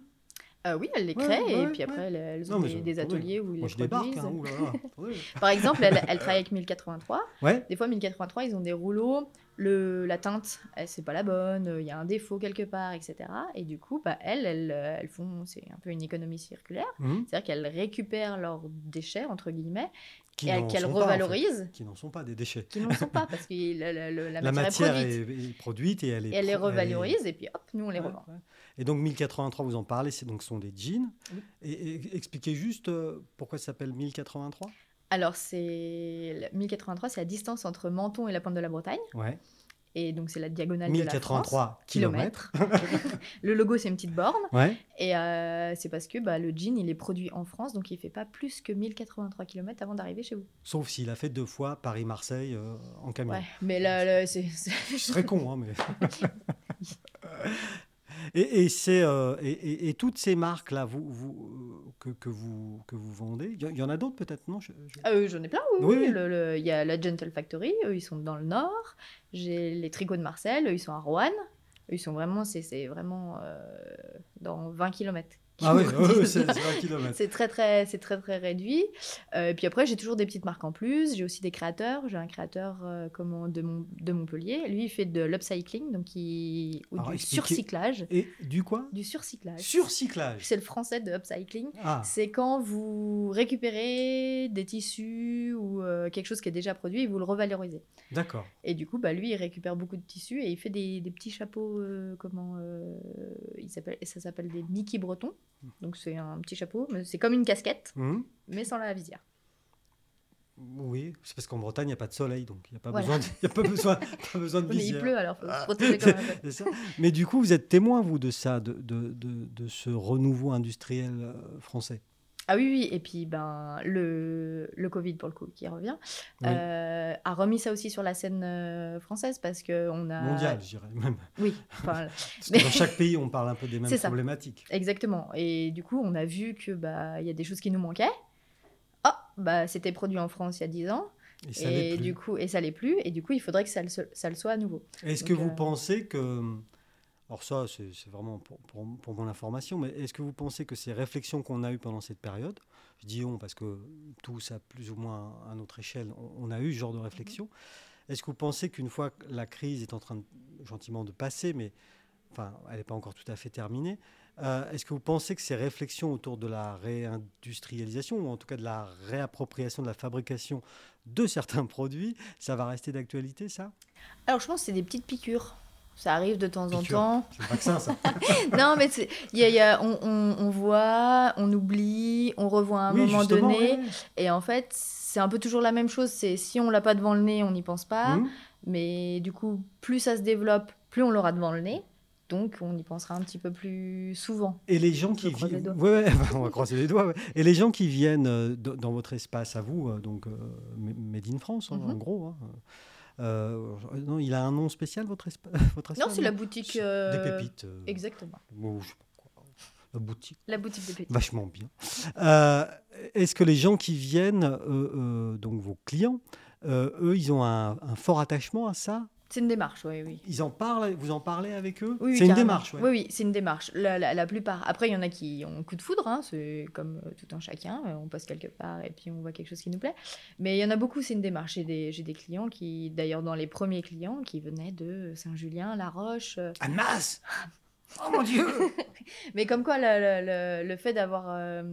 Speaker 2: Euh, oui, elle les
Speaker 1: Ouais,
Speaker 2: crée et
Speaker 1: ouais,
Speaker 2: puis
Speaker 1: ouais.
Speaker 2: après, elles, elles
Speaker 1: Non,
Speaker 2: ont
Speaker 1: mais
Speaker 2: des,
Speaker 1: je-
Speaker 2: des
Speaker 1: attendez,
Speaker 2: ateliers où ils
Speaker 1: Moi,
Speaker 2: les
Speaker 1: je débarque.
Speaker 2: produisent.
Speaker 1: hein, oulala, attendez.
Speaker 2: Par exemple, elle, elle travaille avec 1083.
Speaker 1: ouais.
Speaker 2: Des fois, 1083, ils ont des rouleaux, le, la teinte, eh, c'est pas la bonne, euh, il y a un défaut quelque part, etc. Et du coup, bah, elles, elles, euh, elles font, c'est un peu une économie circulaire,
Speaker 1: Mhm.
Speaker 2: c'est-à-dire qu'elles récupèrent leurs déchets, entre guillemets,
Speaker 1: Qui
Speaker 2: et elles-
Speaker 1: n'en
Speaker 2: qu'elles
Speaker 1: sont pas, en fait.
Speaker 2: revalorisent,
Speaker 1: Qui n'en sont pas des déchets.
Speaker 2: qui n'en sont pas, parce que la, la- la- la
Speaker 1: La
Speaker 2: matière,
Speaker 1: matière
Speaker 2: est produite.
Speaker 1: est, est produite et elle est.
Speaker 2: Et elles les
Speaker 1: pro- elle est-
Speaker 2: revalorisent, et puis hop, nous, on les
Speaker 1: Ouais,
Speaker 2: revend.
Speaker 1: ouais. Et donc 1083, vous en parlez, c'est donc ce sont des jeans.
Speaker 2: Oui.
Speaker 1: Et, et expliquez juste euh, pourquoi ça s'appelle 1083.
Speaker 2: Alors, c'est 1083, c'est la distance entre Menton et la pointe de la Bretagne,
Speaker 1: Ouais.
Speaker 2: et donc c'est la diagonale de la France.
Speaker 1: 1083 kilomètres.
Speaker 2: Le logo, c'est une petite borne.
Speaker 1: Ouais.
Speaker 2: Et euh, c'est parce que bah, le jean, il est produit en France, donc il fait pas plus que 1083 km avant d'arriver chez vous.
Speaker 1: Sauf s'il a fait deux fois Paris-Marseille euh, en camion.
Speaker 2: Ouais, mais là, là, c'est- c'est-
Speaker 1: Je serais con, hein, mais. et, et c'est, euh, et, et- et toutes ces marques-là vous, vous, euh, que, que vous, que vous vendez, il y, il y en a d'autres peut-être, non Je- je-
Speaker 2: Ah, euh, j'en ai plein, oui.
Speaker 1: Oui,
Speaker 2: oui.
Speaker 1: oui.
Speaker 2: Le- le- Il y a la Gentle Factory, eux, ils sont dans le Nord. J'ai les tricots de Marcel, eux, ils sont à Roanne. Eux, Ils sont vraiment, c'est c'est vraiment euh, dans 20 km
Speaker 1: Ah oui,
Speaker 2: me
Speaker 1: oui,
Speaker 2: disent.
Speaker 1: c'est c'est un kilomètre.
Speaker 2: C'est très très, c'est très très réduit. Euh, et puis après, j'ai toujours des petites marques en plus. J'ai aussi des créateurs. J'ai un créateur euh, comment, de, Mon- de Montpellier. Lui, il fait de l'upcycling, donc il ou
Speaker 1: Alors,
Speaker 2: du
Speaker 1: expliquez.
Speaker 2: surcyclage,
Speaker 1: Et du quoi
Speaker 2: du surcyclage.
Speaker 1: Surcyclage.
Speaker 2: C'est le français de upcycling.
Speaker 1: Ah,
Speaker 2: C'est quand vous récupérez des tissus ou euh, quelque chose qui est déjà produit et vous le revalorisez.
Speaker 1: d'accord.
Speaker 2: Et du coup, bah, lui, il récupère beaucoup de tissus et il fait des, des petits chapeaux, euh, comment euh, il s'appelle, ça s'appelle des Mickey Breton.
Speaker 1: Mmh.
Speaker 2: Donc c'est un petit chapeau, mais c'est comme une casquette,
Speaker 1: Hum,
Speaker 2: mais sans la visière.
Speaker 1: Oui, c'est parce qu'en Bretagne, il n'y a pas de soleil, donc il n'y a, pas
Speaker 2: Voilà.
Speaker 1: besoin de- il y a pas besoin pas besoin de
Speaker 2: Mais il
Speaker 1: visière.
Speaker 2: pleut alors, faut
Speaker 1: Ah.
Speaker 2: se protéger quand même.
Speaker 1: C'est ça. Mais du coup, vous êtes témoin, vous, de ça, de, de, de- de ce renouveau industriel euh, français.
Speaker 2: Ah oui, oui, et puis ben, le, le Covid, pour le coup, qui revient,
Speaker 1: Oui.
Speaker 2: euh, a remis ça aussi sur la scène euh, française parce qu'on a.
Speaker 1: Mondial, je dirais même.
Speaker 2: Oui, enfin,
Speaker 1: Parce que dans chaque pays, on parle un peu des mêmes
Speaker 2: C'est ça.
Speaker 1: problématiques.
Speaker 2: Exactement. Et du coup, on a vu que bah il y a des choses qui nous manquaient. Oh, bah c'était produit en France il y a 10 ans
Speaker 1: Et ça l'est
Speaker 2: et
Speaker 1: plus.
Speaker 2: du coup et ça l'est plus et du coup, il faudrait que ça le, se- ça le soit à nouveau.
Speaker 1: Est-ce que
Speaker 2: Donc,
Speaker 1: vous
Speaker 2: euh,
Speaker 1: pensez que. Alors, ça, c'est c'est vraiment pour, pour, pour mon information, mais est-ce que vous pensez que ces réflexions qu'on a eues pendant cette période, je dis on parce que tous, à plus ou moins à notre échelle, on, on a eu ce genre de réflexion, est-ce que vous pensez qu'une fois que la crise est en train de- gentiment de passer, mais enfin, elle n'est pas encore tout à fait terminée, euh, est-ce que vous pensez que ces réflexions autour de la réindustrialisation, ou en tout cas de la réappropriation de la fabrication de certains produits, ça va rester d'actualité, ça
Speaker 2: Alors, je pense que c'est des petites piqûres. Ça arrive de temps
Speaker 1: Piqûres.
Speaker 2: en temps.
Speaker 1: C'est le vaccin, ça
Speaker 2: non, mais c'est- il y a- il y a- on, on- on voit, on oublie, on revoit à un
Speaker 1: Oui,
Speaker 2: moment
Speaker 1: justement,
Speaker 2: donné.
Speaker 1: ouais.
Speaker 2: Et en fait, c'est un peu toujours la même chose. C'est si on l'a pas devant le nez, on n'y pense pas.
Speaker 1: Mhm.
Speaker 2: Mais du coup, plus ça se développe, plus on l'aura devant le nez. Donc, on y pensera un petit peu plus souvent.
Speaker 1: Et les gens qui
Speaker 2: croise les
Speaker 1: viennent,
Speaker 2: doigts.
Speaker 1: ouais, ouais, on va croiser les doigts. ouais. Et les gens qui viennent euh, dans dans votre espace à vous, euh, donc euh, M- Made in France, hein,
Speaker 2: Mhm.
Speaker 1: en gros. hein. Euh, non, il a un nom spécial votre, espa- votre espace.
Speaker 2: Non, c'est la boutique.
Speaker 1: Des
Speaker 2: euh,
Speaker 1: pépites. euh,
Speaker 2: Exactement.
Speaker 1: bon, je sais pas quoi. La boutique,
Speaker 2: La boutique des pépites.
Speaker 1: vachement bien. Euh, Est-ce que les gens qui viennent, euh, euh, donc vos clients, euh, eux, ils ont un, un fort attachement à ça
Speaker 2: C'est une démarche, oui, oui.
Speaker 1: Ils en parlent Vous en parlez avec eux
Speaker 2: Oui, oui,
Speaker 1: C'est une
Speaker 2: carrément.
Speaker 1: démarche, ouais.
Speaker 2: Oui, oui, c'est une démarche. La, la- la plupart. Après, il y en a qui ont coup de foudre, hein, c'est comme euh, tout un chacun. euh, On passe quelque part et puis on voit quelque chose qui nous plaît. Mais il y en a beaucoup, c'est une démarche. J'ai des, j'ai des clients qui, d'ailleurs, dans les premiers clients, qui venaient de Saint-Julien, La Roche, euh,
Speaker 1: Annemasse Oh mon Dieu
Speaker 2: Mais comme quoi, le, le- le- le fait d'avoir euh,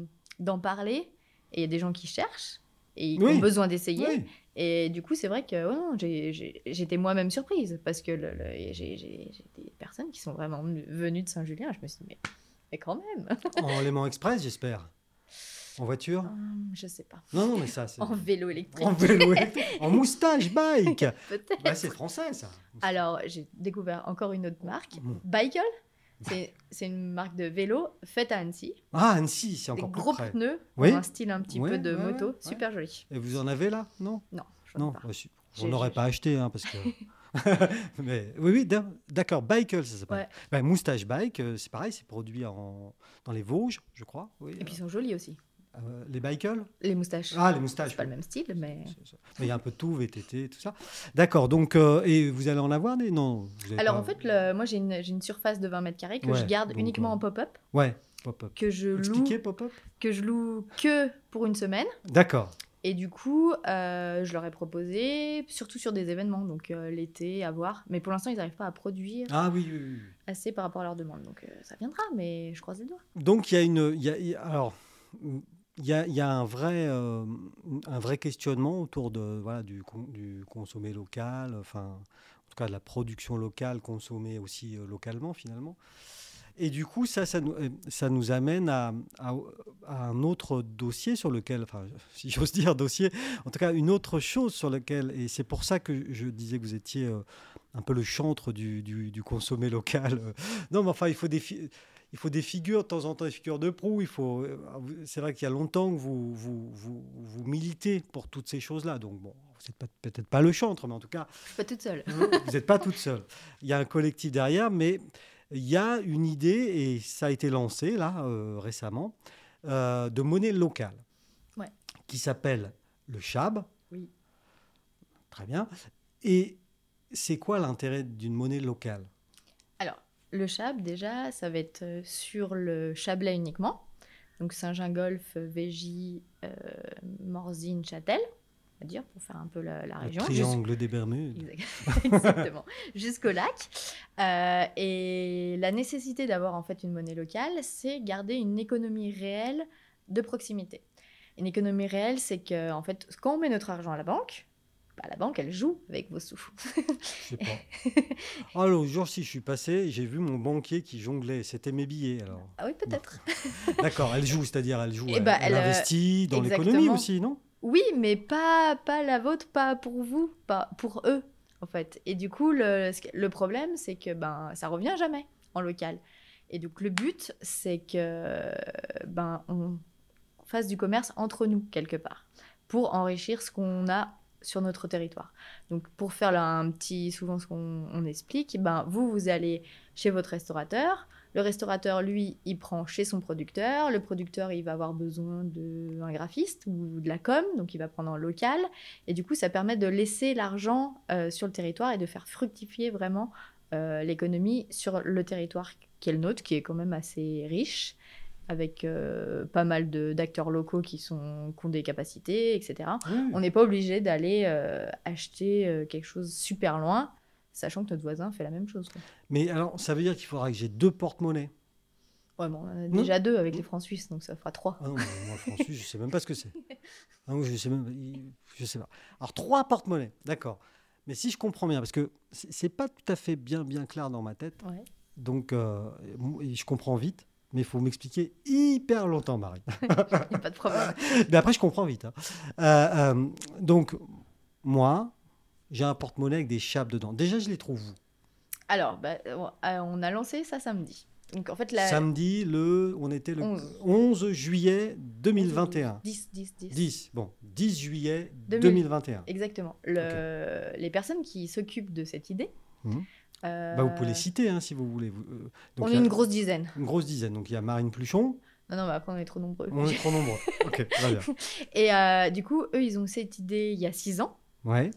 Speaker 2: d'en parler, et il y a des gens qui cherchent et qui
Speaker 1: Oui.
Speaker 2: ont besoin d'essayer.
Speaker 1: Oui.
Speaker 2: Et du coup, c'est vrai que ouais, non, j'ai- j'ai- j'étais moi-même surprise parce que le- le- j'ai j'ai- j'ai des personnes qui sont vraiment venues- venues de Saint-Julien. Je me suis dit, mais, mais quand même,
Speaker 1: En Léman Express, j'espère. En voiture
Speaker 2: Hum, je sais pas.
Speaker 1: Non, non, mais ça, c'est.
Speaker 2: En vélo électrique,
Speaker 1: En vélo électrique. En moustache, bike
Speaker 2: peut-être.
Speaker 1: Bah, C'est français, ça.
Speaker 2: Alors, j'ai découvert encore une autre marque,
Speaker 1: Mm.
Speaker 2: Bicycle. C'est- C'est une marque de vélo faite à Annecy.
Speaker 1: Ah, Annecy, c'est
Speaker 2: Des
Speaker 1: encore plus
Speaker 2: gros
Speaker 1: près.
Speaker 2: pneus,
Speaker 1: Oui.
Speaker 2: pour un style un petit
Speaker 1: Ouais,
Speaker 2: peu de
Speaker 1: ouais,
Speaker 2: moto.
Speaker 1: ouais, ouais.
Speaker 2: Super joli.
Speaker 1: Et vous en avez là Non
Speaker 2: Non, je
Speaker 1: Non.
Speaker 2: ne pas.
Speaker 1: bah, si.
Speaker 2: J'ai-
Speaker 1: On n'aurait
Speaker 2: j'ai-
Speaker 1: pas acheté, hein, parce que. mais oui, oui, d'ac- d'accord. Bicycle, ça s'appelle.
Speaker 2: Ouais.
Speaker 1: Bah, moustache bike, euh, c'est pareil, c'est produit en... dans les Vosges, je crois. Oui.
Speaker 2: Et puis ils sont jolis aussi.
Speaker 1: Euh, les bikers
Speaker 2: Les moustaches.
Speaker 1: Ah, les moustaches.
Speaker 2: C'est pas le même style, mais.
Speaker 1: C'est ça. Il y a un peu de tout, VTT, tout ça. D'accord, donc, euh, et vous allez en avoir des Non. vous avez
Speaker 2: Alors
Speaker 1: pas-
Speaker 2: en fait, le- moi j'ai une, j'ai une surface de 20 mètres carrés que
Speaker 1: Ouais,
Speaker 2: je garde
Speaker 1: donc,
Speaker 2: uniquement
Speaker 1: euh,
Speaker 2: en pop-up,
Speaker 1: Ouais, pop-up.
Speaker 2: que je loue,
Speaker 1: Expliquez pop-up
Speaker 2: que je loue que pour une semaine.
Speaker 1: D'accord.
Speaker 2: Et du coup, euh, je leur ai proposé, surtout sur des événements, donc euh, l'été, à voir. Mais pour l'instant, ils n'arrivent pas à produire
Speaker 1: Ah oui, oui, oui.
Speaker 2: assez par rapport à leurs demandes. Donc euh, ça viendra, mais je croise les doigts.
Speaker 1: Donc il y a une, il y a- il y a- alors il y a, il y a un vrai, euh, un vrai questionnement autour de voilà du, con- du consommer local, enfin en tout cas de la production locale consommée aussi euh, localement finalement. Et du coup, ça, ça nous, euh, ça nous amène à, à- à un autre dossier sur lequel, enfin, si j'ose dire dossier, en tout cas une autre chose sur laquelle, et c'est pour ça que je disais que vous étiez euh, un peu le chantre du, du, du consommer local. Non, mais enfin, il faut des, fi- il faut des figures, de temps en temps, des figures de proue. Il faut... euh, vous- C'est vrai qu'il y a longtemps que vous, vous, vous, vous militez pour toutes ces choses-là. Donc, bon, vous n'êtes pas- peut-être pas le chantre, mais en tout cas,
Speaker 2: Je suis pas toute seule.
Speaker 1: vous n'êtes pas toute seule. Il y a un collectif derrière, mais il y a une idée, et ça a été lancé là euh, récemment, euh, de monnaie locale
Speaker 2: Ouais.
Speaker 1: qui s'appelle le Chab.
Speaker 2: Oui.
Speaker 1: Très bien. Et c'est quoi l'intérêt d'une monnaie locale
Speaker 2: Alors, Le Chab, déjà, ça va être euh, sur le Chablais uniquement. Donc Saint-Gingolf, Végy, euh, Morzine, Châtel, on va dire, pour faire un peu la, la
Speaker 1: Le
Speaker 2: région. Jus-
Speaker 1: triangle des Bermudes.
Speaker 2: Exactement. Jusqu'au lac. Euh, et la nécessité d'avoir en fait une monnaie locale, c'est garder une économie réelle de proximité. Une économie réelle, c'est que en fait, quand on met notre argent à la banque, bah, la banque, elle joue avec vos sous.
Speaker 1: Je sais pas. Ah, l'autre jour, si je suis passé, j'ai vu mon banquier qui jonglait. C'était mes billets, alors.
Speaker 2: ah oui, peut-être.
Speaker 1: D'accord, elle joue, c'est-à-dire elle joue.
Speaker 2: Eh
Speaker 1: Elle,
Speaker 2: ben,
Speaker 1: elle
Speaker 2: elle, euh,
Speaker 1: investit dans l'économie
Speaker 2: exactement.
Speaker 1: aussi, non
Speaker 2: Oui, mais pas, pas la vôtre, pas pour vous, pas pour eux, en fait. Et du coup, le, ce que- le problème, c'est que ben, ça revient jamais en local. Et donc, le but, c'est que ben, on fasse du commerce entre nous, quelque part, pour enrichir ce qu'on a sur notre territoire. Donc, pour faire là un petit, souvent ce qu'on on explique, ben, vous, vous allez chez votre restaurateur. Le restaurateur, lui, il prend chez son producteur. Le producteur, il va avoir besoin d'un graphiste ou de la com, donc il va prendre en local. Et du coup, ça permet de laisser l'argent euh, sur le territoire et de faire fructifier vraiment euh, l'économie sur le territoire qui est le nôtre, qui est quand même assez riche, avec euh, pas mal de- d'acteurs locaux qui, sont, qui ont des capacités, etc.
Speaker 1: Oui.
Speaker 2: On n'est pas obligé d'aller euh, acheter euh, quelque chose super loin, sachant que notre voisin fait la même chose. quoi.
Speaker 1: Mais alors, ça veut dire qu'il faudra que j'ai deux porte-monnaies.
Speaker 2: Ouais, bon, on en a déjà deux avec
Speaker 1: Mm.
Speaker 2: les francs suisses, donc ça fera trois.
Speaker 1: Ah, non, mais moi, François, je sais même pas ce que c'est. Ah, moi, je sais même il- je sais pas. Alors, trois porte-monnaies, d'accord. Mais si je comprends bien, parce que c'est c'est pas tout à fait bien, bien clair dans ma tête,
Speaker 2: Ouais.
Speaker 1: donc euh, moi, je comprends vite, mais il faut m'expliquer hyper longtemps, Marie.
Speaker 2: Y a pas de problème.
Speaker 1: mais après, je comprends vite. hein. Euh, euh, donc, moi, j'ai un porte-monnaie avec des chapes dedans. Déjà, je les trouve où
Speaker 2: Alors, bah, on euh, on a lancé ça samedi. Donc en fait, la
Speaker 1: Samedi, le, on était le
Speaker 2: 11.
Speaker 1: 11 juillet 2021.
Speaker 2: 10, 10, 10.
Speaker 1: 10, bon, 10 juillet
Speaker 2: 2000.
Speaker 1: 2021.
Speaker 2: Exactement. Le- Les personnes qui s'occupent de cette idée.
Speaker 1: Mhm.
Speaker 2: euh,
Speaker 1: Bah, vous pouvez les citer hein, si vous voulez. Vous, euh, donc,
Speaker 2: on
Speaker 1: il y
Speaker 2: est
Speaker 1: a
Speaker 2: une grosse dizaine.
Speaker 1: une grosse dizaine. Donc il y a Marine Pluchon,
Speaker 2: Non, non, mais après, on est trop nombreux.
Speaker 1: on est trop nombreux. ok, très bien.
Speaker 2: Et euh, du coup, eux, ils ont cette idée il y a six ans.
Speaker 1: Ouais.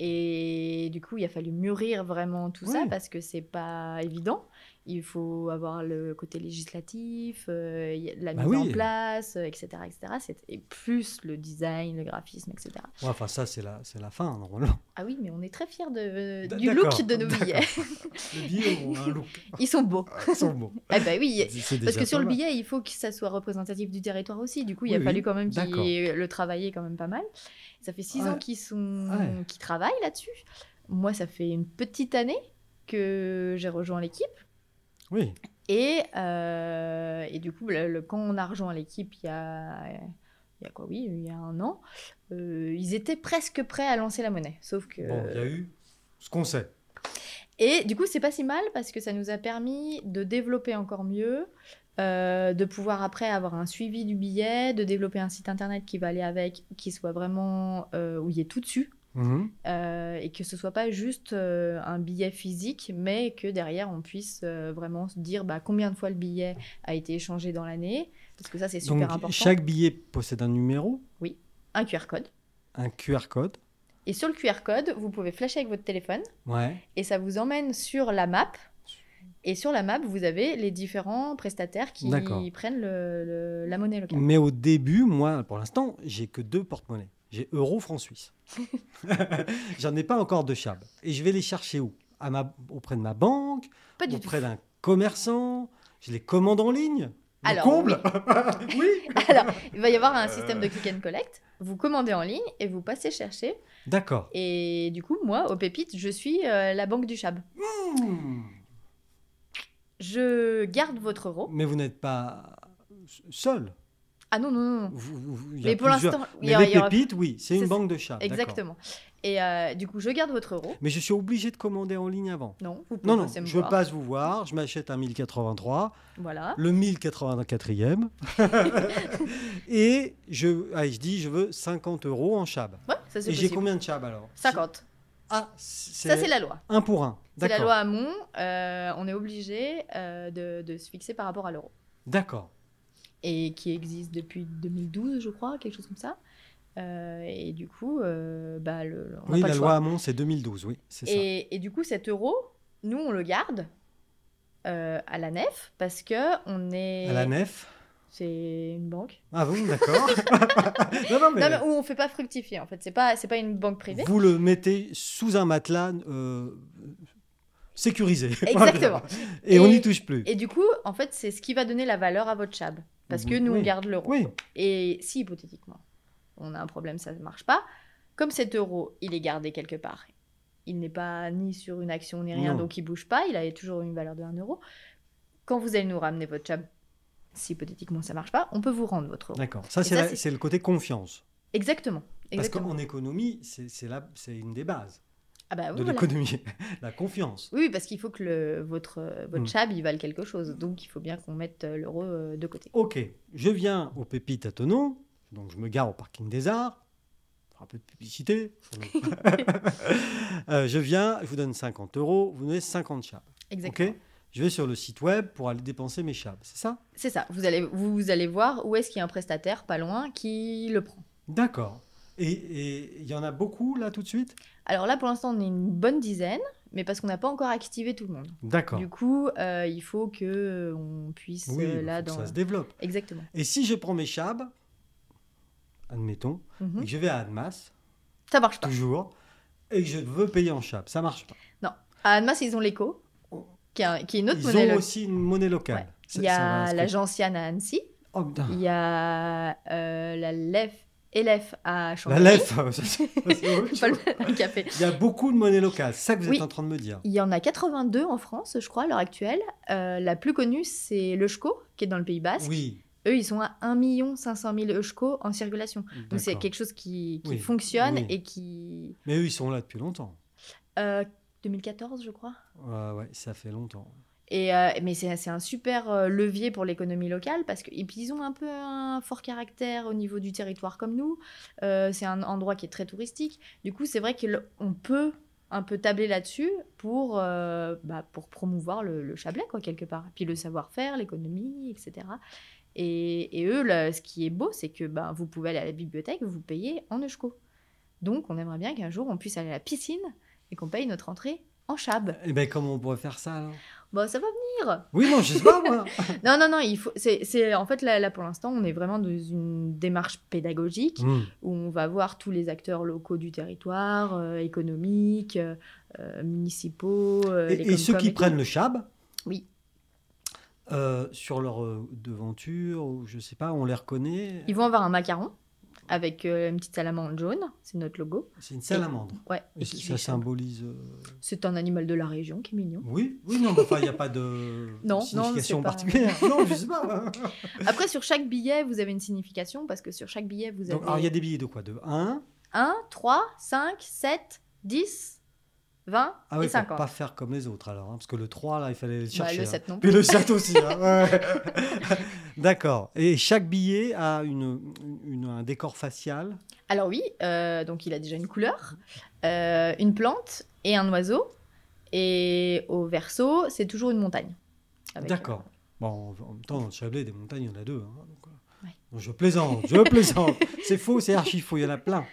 Speaker 2: Et du coup, il a fallu mûrir vraiment tout ça
Speaker 1: Oui.
Speaker 2: parce que c'est pas évident. Il faut avoir le côté législatif, euh, il y a la
Speaker 1: Bah
Speaker 2: mise en
Speaker 1: oui.
Speaker 2: place, euh, etc., etc. C'est- Et plus le design, le graphisme, etc.
Speaker 1: Ouais, enfin, ça, c'est la, c'est la fin, normalement.
Speaker 2: Ah oui, mais on est très fiers de,
Speaker 1: D-
Speaker 2: du
Speaker 1: d'accord,
Speaker 2: look de nos billets.
Speaker 1: Le billet, on a un look.
Speaker 2: Ils sont beaux.
Speaker 1: Ah, Ils sont beaux.
Speaker 2: Eh ben oui,
Speaker 1: C'est- c'est
Speaker 2: parce
Speaker 1: déjà
Speaker 2: que sur
Speaker 1: pas
Speaker 2: le
Speaker 1: mal.
Speaker 2: billet, il faut que ça soit représentatif du territoire aussi. Du coup, il
Speaker 1: Oui,
Speaker 2: a
Speaker 1: oui,
Speaker 2: fallu quand même
Speaker 1: d'accord.
Speaker 2: qu'ils le travailler quand même pas mal. Ça fait six
Speaker 1: Ouais.
Speaker 2: ans qu'ils sont,
Speaker 1: Ouais.
Speaker 2: qu'ils travaillent là-dessus. Moi, ça fait une petite année que j'ai rejoint l'équipe.
Speaker 1: Oui,
Speaker 2: Et, euh, et du coup, le, le- quand on a rejoint l'équipe il y a, il y a quoi, oui, il y a un an, euh, ils étaient presque prêts à lancer la monnaie. Sauf que.
Speaker 1: bon, il y a eu ce qu'on sait.
Speaker 2: Et du coup, c'est pas si mal parce que ça nous a permis de développer encore mieux, euh, de pouvoir après avoir un suivi du billet, de développer un site internet qui va aller avec, qui soit vraiment euh, où il est tout dessus.
Speaker 1: Mhm.
Speaker 2: euh, et que ce soit pas juste euh, un billet physique, mais que derrière on puisse euh, vraiment se dire bah, combien de fois le billet a été échangé dans l'année, parce que ça c'est super
Speaker 1: Donc
Speaker 2: important.
Speaker 1: chaque billet possède un numéro,
Speaker 2: Un QR code.
Speaker 1: un QR code.
Speaker 2: Et sur le QR code, vous pouvez flasher avec votre téléphone.
Speaker 1: Ouais.
Speaker 2: et ça vous emmène sur la map. Et sur la map, vous avez les différents prestataires qui
Speaker 1: D'accord. Mm.
Speaker 2: prennent le- le- la monnaie locale.
Speaker 1: Mais au début, moi, pour l'instant, j'ai que deux porte-monnaies. J'ai euro, franc suisse. J'en ai pas encore de chab. Et je vais les chercher où à ma, Auprès de ma banque,
Speaker 2: Pas du tout.
Speaker 1: auprès d'un commerçant. Je les commande en ligne. Le
Speaker 2: Alors,
Speaker 1: comble Oui,
Speaker 2: Alors, il va y avoir un système de click and collect. Vous commandez en ligne et vous passez chercher.
Speaker 1: D'accord.
Speaker 2: Et du coup, moi, au Pépite, je suis euh, la banque du Chab.
Speaker 1: Hmm.
Speaker 2: Je garde votre euro.
Speaker 1: Mais vous n'êtes pas seul.
Speaker 2: Ah non, non, non. non.
Speaker 1: Vous- vous- vous- il y a
Speaker 2: Mais pour
Speaker 1: plusieurs-
Speaker 2: l'instant, il
Speaker 1: Mais
Speaker 2: y aura- il y
Speaker 1: les
Speaker 2: aura-
Speaker 1: pépites, oui, c'est une
Speaker 2: C'est ça.
Speaker 1: banque de chab. d'accord.
Speaker 2: Exactement. Et euh, du coup, je garde votre euro.
Speaker 1: Mais je suis obligé de commander en ligne avant.
Speaker 2: Non, vous pouvez
Speaker 1: Non, non,
Speaker 2: passer me
Speaker 1: je
Speaker 2: voir.
Speaker 1: passe vous voir, je m'achète un 1083,
Speaker 2: Voilà.
Speaker 1: le 1084e, et je, ah, je dis je veux 50 euros en chab.
Speaker 2: Ouais, ça c'est
Speaker 1: Et j'ai
Speaker 2: possible.
Speaker 1: combien de chab alors
Speaker 2: 50.
Speaker 1: Ah,
Speaker 2: Ça, c'est
Speaker 1: c'est
Speaker 2: la loi.
Speaker 1: un pour un.
Speaker 2: C'est la
Speaker 1: D'accord.
Speaker 2: loi Hamon, euh, on est obligé euh, de, de se fixer par rapport à l'euro.
Speaker 1: D'accord.
Speaker 2: Et qui existe depuis 2012, je crois, quelque chose comme ça. Euh, et du coup, euh, bah, le- le- on n'a
Speaker 1: Oui,
Speaker 2: pas
Speaker 1: la
Speaker 2: le
Speaker 1: loi
Speaker 2: choix.
Speaker 1: Hamon, c'est 2012, oui, c'est ça.
Speaker 2: Et, et du coup, cet euro, nous, on le garde euh, à la nef parce que on est.
Speaker 1: À la nef
Speaker 2: C'est une banque.
Speaker 1: Ah bon, d'accord. non, non, mais,
Speaker 2: Non, mais où on fait pas fructifier en fait. C'est pas c'est pas une banque privée.
Speaker 1: vous le mettez sous un matelas euh, sécurisé. Voilà.
Speaker 2: Exactement.
Speaker 1: Et, on
Speaker 2: Et-
Speaker 1: n'y touche plus.
Speaker 2: Et du coup, en fait, c'est ce qui va donner la valeur à votre chab. Parce que
Speaker 1: Oui.
Speaker 2: nous, on garde l'euro.
Speaker 1: Oui,
Speaker 2: Et si, hypothétiquement, on a un problème, ça ne marche pas, comme cet euro, il est gardé quelque part, il n'est pas ni sur une action ni rien,
Speaker 1: Non.
Speaker 2: donc il bouge pas, il a toujours une valeur de 1 euro. Quand vous allez nous ramener votre chab, si hypothétiquement ça marche pas, on peut vous rendre votre euro.
Speaker 1: d'accord. Ça, c'est
Speaker 2: ça,
Speaker 1: la-
Speaker 2: c'est-
Speaker 1: c'est le côté confiance.
Speaker 2: Exactement. Exactement.
Speaker 1: Parce qu'en économie, c'est c'est la- c'est une des bases
Speaker 2: Ah bah oui,
Speaker 1: de
Speaker 2: voilà.
Speaker 1: l'économie, la confiance.
Speaker 2: Oui, oui, parce qu'il faut que le- votre, votre
Speaker 1: Mm.
Speaker 2: chab, il vale quelque chose. Donc, il faut bien qu'on mette euh, l'euro euh, de côté.
Speaker 1: Ok, je viens au Pépites à Thonon, donc je me gare au parking des Arts, Faire un peu de publicité. sans doute. Euh, je viens, je vous donne 50 euros, vous me donnez 50 chats. Ok
Speaker 2: Exactement.
Speaker 1: Je vais sur le site web pour aller dépenser mes chats, c'est ça
Speaker 2: C'est ça. Vous allez, vous allez voir où est-ce qu'il y a un prestataire pas loin qui le prend.
Speaker 1: D'accord. Et- Et il y en a beaucoup là tout de suite
Speaker 2: Alors là, pour l'instant, on est une bonne dizaine, mais parce qu'on n'a pas encore activé tout le monde.
Speaker 1: D'accord.
Speaker 2: Du coup, euh, il faut que euh, on puisse
Speaker 1: Oui,
Speaker 2: euh,
Speaker 1: il
Speaker 2: là
Speaker 1: faut que
Speaker 2: dans
Speaker 1: ça se développe.
Speaker 2: exactement.
Speaker 1: Et si je prends mes chabs, admettons,
Speaker 2: Mhm.
Speaker 1: et que je vais à Admas,
Speaker 2: Ça marche pas.
Speaker 1: toujours, et que je veux payer en chab, ça marche pas.
Speaker 2: À Annemasse, ils ont l'écho, qui, est un- qui est une autre
Speaker 1: Ils
Speaker 2: monnaie.
Speaker 1: ont
Speaker 2: locale.
Speaker 1: aussi une monnaie locale.
Speaker 2: Ouais.
Speaker 1: Ça-
Speaker 2: Il y
Speaker 1: ça va
Speaker 2: a
Speaker 1: inscrire-
Speaker 2: l'agence Yann à Annecy,
Speaker 1: Oh, putain.
Speaker 2: il y a euh, la LEF, ELEF à
Speaker 1: La
Speaker 2: Chambéry.
Speaker 1: LEF, ça, c'est- c'est autre
Speaker 2: C'est pas
Speaker 1: chose.
Speaker 2: le le café.
Speaker 1: Il y a beaucoup de monnaie locale, c'est ça que vous
Speaker 2: Oui.
Speaker 1: êtes en train de me dire.
Speaker 2: Il y en a 82 en France, je crois, à l'heure actuelle. Euh, la plus connue, c'est le Schco, qui est dans le Pays Basque.
Speaker 1: Oui.
Speaker 2: Eux, ils sont à 1 500 000 Eushko en circulation. Donc c'est
Speaker 1: d'accord.
Speaker 2: quelque chose qui, qui
Speaker 1: Oui,
Speaker 2: fonctionne
Speaker 1: oui.
Speaker 2: et qui...
Speaker 1: Mais eux, ils sont là depuis longtemps.
Speaker 2: Euh, 2014, je crois.
Speaker 1: Ouais, ouais, ça fait longtemps.
Speaker 2: Et, euh, mais c'est c'est un super euh, levier pour l'économie locale parce que et puis ils ont un peu un fort caractère au niveau du territoire comme nous. Euh, c'est un endroit qui est très touristique. Du coup, c'est vrai qu'on peut un peu tabler là-dessus pour, euh, bah, pour promouvoir le, le Chablais, quoi, quelque part. Puis le savoir-faire, l'économie, etc. Et, et eux, là, ce qui est beau, c'est que bah, vous pouvez aller à la bibliothèque, vous payez en Eushko. Donc, on aimerait bien qu'un jour, on puisse aller à la piscine et qu'on paye notre entrée en Chab.
Speaker 1: Et bien, Eh ben, comment on pourrait faire ça alors
Speaker 2: Bon, ça va venir
Speaker 1: Oui, non, je sais pas moi.
Speaker 2: non, non, non, il faut. C'est, c'est- en fait là, là, pour l'instant, on est vraiment dans une démarche pédagogique
Speaker 1: Hmm.
Speaker 2: où on va voir tous les acteurs locaux du territoire, euh, économiques, euh, euh, municipaux. euh,
Speaker 1: Et,
Speaker 2: les
Speaker 1: et ceux
Speaker 2: Comcom
Speaker 1: qui
Speaker 2: et tout.
Speaker 1: prennent le chab
Speaker 2: Oui.
Speaker 1: euh, sur leur euh, devanture, ou je sais pas, on les reconnaît.
Speaker 2: Ils vont avoir un macaron avec euh, une petite salamandre jaune, c'est notre logo.
Speaker 1: C'est une salamandre.
Speaker 2: Ouais.
Speaker 1: Et
Speaker 2: et
Speaker 1: c-
Speaker 2: qui
Speaker 1: ça
Speaker 2: fait ça.
Speaker 1: symbolise. euh,
Speaker 2: C'est un animal de la région qui est mignon.
Speaker 1: Oui, oui, non, mais enfin, il n'y a pas de
Speaker 2: Non, non,
Speaker 1: signification
Speaker 2: c'est pas-
Speaker 1: particulière. Non, je sais pas.
Speaker 2: Après, sur chaque billet, vous avez une signification parce que sur chaque billet, vous
Speaker 1: Donc,
Speaker 2: avez
Speaker 1: alors, il y a des billets de quoi De 1
Speaker 2: 1, 3, 5, 7, 10, 20
Speaker 1: Ah oui,
Speaker 2: et
Speaker 1: faut
Speaker 2: 50.
Speaker 1: pas faire comme les autres, alors. hein, parce que le 3, là, il fallait le
Speaker 2: Bah,
Speaker 1: chercher.
Speaker 2: le
Speaker 1: hein.
Speaker 2: 7 non plus.
Speaker 1: Puis le 7 aussi. hein, ouais. D'accord. Et chaque billet a une, une- un décor facial.
Speaker 2: Alors oui, euh, donc il a déjà une couleur, euh, une plante et un oiseau. Et au verso, c'est toujours une montagne. Avec, euh,
Speaker 1: D'accord. Bon, en en même temps, dans le Chablais, des montagnes, il y en a deux. hein, donc, euh,
Speaker 2: Ouais.
Speaker 1: bon, je plaisante, je plaisante. c'est faux, c'est archi faux, il y en a plein.
Speaker 2: euh,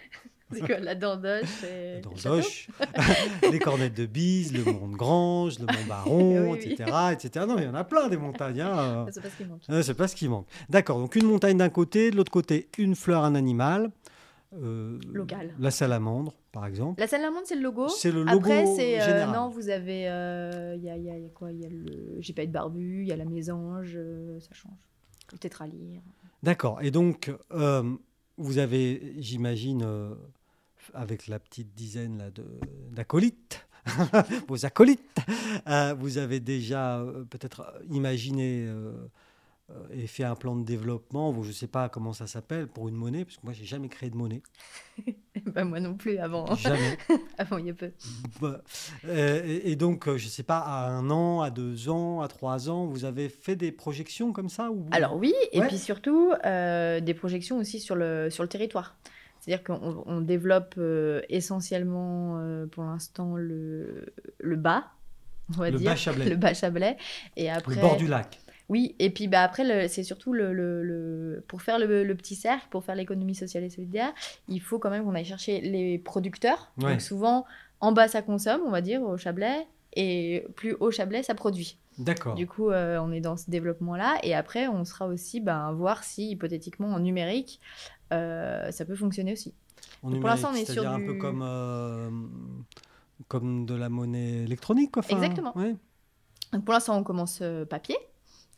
Speaker 2: c'est quoi, la dandoche et
Speaker 1: Dans
Speaker 2: Euh, le château.
Speaker 1: Doche, les cornettes de Bise, le Mont de Grange, le Mont Baron,
Speaker 2: Oui, oui.
Speaker 1: etc., etc. Non, il y en a plein des montagnes. hein, euh.
Speaker 2: Ah, C'est parce qu'il manque.
Speaker 1: Euh, c'est pas ce qui manque. D'accord, donc une montagne d'un côté, de l'autre côté, une fleur, un animal. Euh,
Speaker 2: Local.
Speaker 1: La salamandre, par exemple.
Speaker 2: La salamandre, c'est le logo.
Speaker 1: C'est le logo
Speaker 2: Après, c'est... euh,
Speaker 1: général.
Speaker 2: non, vous avez... euh, Il y, a, il y a- il y a quoi Il y a le JPL barbu, il y a la mésange, euh, ça change. Le tétralyre.
Speaker 1: D'accord, et donc, euh, vous avez, j'imagine, euh, avec la petite dizaine là, de- d'acolytes, vos acolytes, euh, vous avez déjà euh, peut-être imaginé euh, euh, et fait un plan de développement, ou je ne sais pas comment ça s'appelle, pour une monnaie, parce que moi, j'ai jamais créé de monnaie.
Speaker 2: Bah, moi non plus, avant,
Speaker 1: Jamais.
Speaker 2: avant il y a peu.
Speaker 1: Bah, euh, et, et donc, euh, je ne sais pas, à un an, à deux ans, à trois ans, vous avez fait des projections comme ça ou...
Speaker 2: Alors oui, et
Speaker 1: Ouais.
Speaker 2: puis surtout euh, des projections aussi sur le, sur le territoire. C'est-à-dire qu'on on développe euh, essentiellement euh, pour l'instant le, le bas, on va
Speaker 1: le
Speaker 2: dire.
Speaker 1: bas Chablais,
Speaker 2: Le
Speaker 1: le,
Speaker 2: bas Chablais. Et après,
Speaker 1: bord du lac.
Speaker 2: Oui, et puis bah, après, le- c'est surtout le, le- le- pour faire le, le petit cercle, pour faire l'économie sociale et solidaire, il faut quand même qu'on aille chercher les producteurs.
Speaker 1: Ouais.
Speaker 2: Donc souvent, en bas, ça consomme, on va dire, au Chablais, et plus haut Chablais, ça produit.
Speaker 1: D'accord.
Speaker 2: Du coup, euh, on est dans ce développement-là. Et après, on sera aussi ben, voir si, hypothétiquement, en numérique, euh, ça peut fonctionner aussi.
Speaker 1: En
Speaker 2: pour
Speaker 1: numérique,
Speaker 2: l'instant, on est sur
Speaker 1: c'est-à-dire un
Speaker 2: du-
Speaker 1: peu comme, euh, comme de la monnaie électronique, quoi. enfin,
Speaker 2: Exactement.
Speaker 1: ouais.
Speaker 2: Donc, pour l'instant, on commence euh, papier,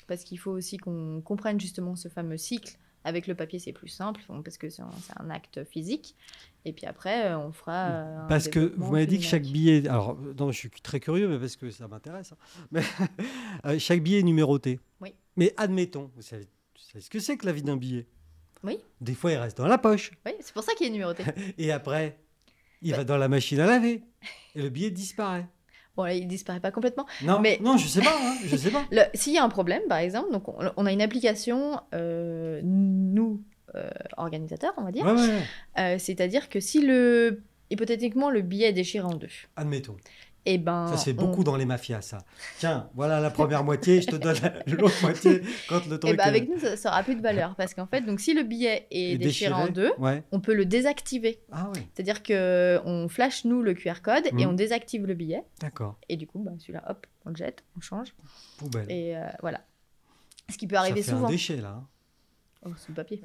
Speaker 2: parce qu'il faut aussi qu'on comprenne justement ce fameux cycle. Avec le papier, c'est plus simple, on- parce que c'est un, c'est un acte physique. Et puis après, euh, on fera. euh, un
Speaker 1: Parce que
Speaker 2: développement
Speaker 1: vous m'avez dit que
Speaker 2: numérique.
Speaker 1: chaque billet. Alors, euh, non, je suis très curieux, mais parce que ça m'intéresse. hein. Mais euh, chaque billet est numéroté.
Speaker 2: Oui.
Speaker 1: Mais admettons, vous savez, vous savez ce que c'est que la vie d'un billet
Speaker 2: Oui.
Speaker 1: Des fois, il reste dans la poche.
Speaker 2: Oui, c'est pour ça qu'il est numéroté.
Speaker 1: Et après, il
Speaker 2: Bah-
Speaker 1: va dans la machine à laver. Et le billet disparaît.
Speaker 2: bon, là, il disparaît pas complètement.
Speaker 1: Non,
Speaker 2: Mais-
Speaker 1: non je sais pas. hein, je sais pas.
Speaker 2: Le- S'il y a un problème, par exemple, donc on, on a une application, euh, nous, euh, organisateurs, on va dire.
Speaker 1: Ouais, ouais, ouais.
Speaker 2: Euh, C'est-à-dire que si le. Hypothétiquement, le billet est déchiré en deux.
Speaker 1: Admettons.
Speaker 2: Et ben,
Speaker 1: Ça, c'est
Speaker 2: on-
Speaker 1: beaucoup dans les mafias, ça. Tiens, voilà la première moitié, je te donne la- l'autre moitié quand le
Speaker 2: Eh
Speaker 1: truc.
Speaker 2: ben,
Speaker 1: euh,
Speaker 2: avec nous, ça ça aura plus de valeur. Parce qu'en fait, donc, si le billet est,
Speaker 1: est
Speaker 2: déchiré, en deux,
Speaker 1: Ouais.
Speaker 2: on peut le désactiver.
Speaker 1: Ah oui,
Speaker 2: C'est-à-dire que euh, on flash, nous, le QR code et
Speaker 1: Mhm.
Speaker 2: on désactive le billet.
Speaker 1: d'accord.
Speaker 2: Et du coup, ben, celui-là, hop, on le jette, on change.
Speaker 1: Poubelle.
Speaker 2: Et euh, voilà. Ce qui peut arriver
Speaker 1: ça fait
Speaker 2: souvent.
Speaker 1: un déchet, là. hein.
Speaker 2: Oh, sous le papier.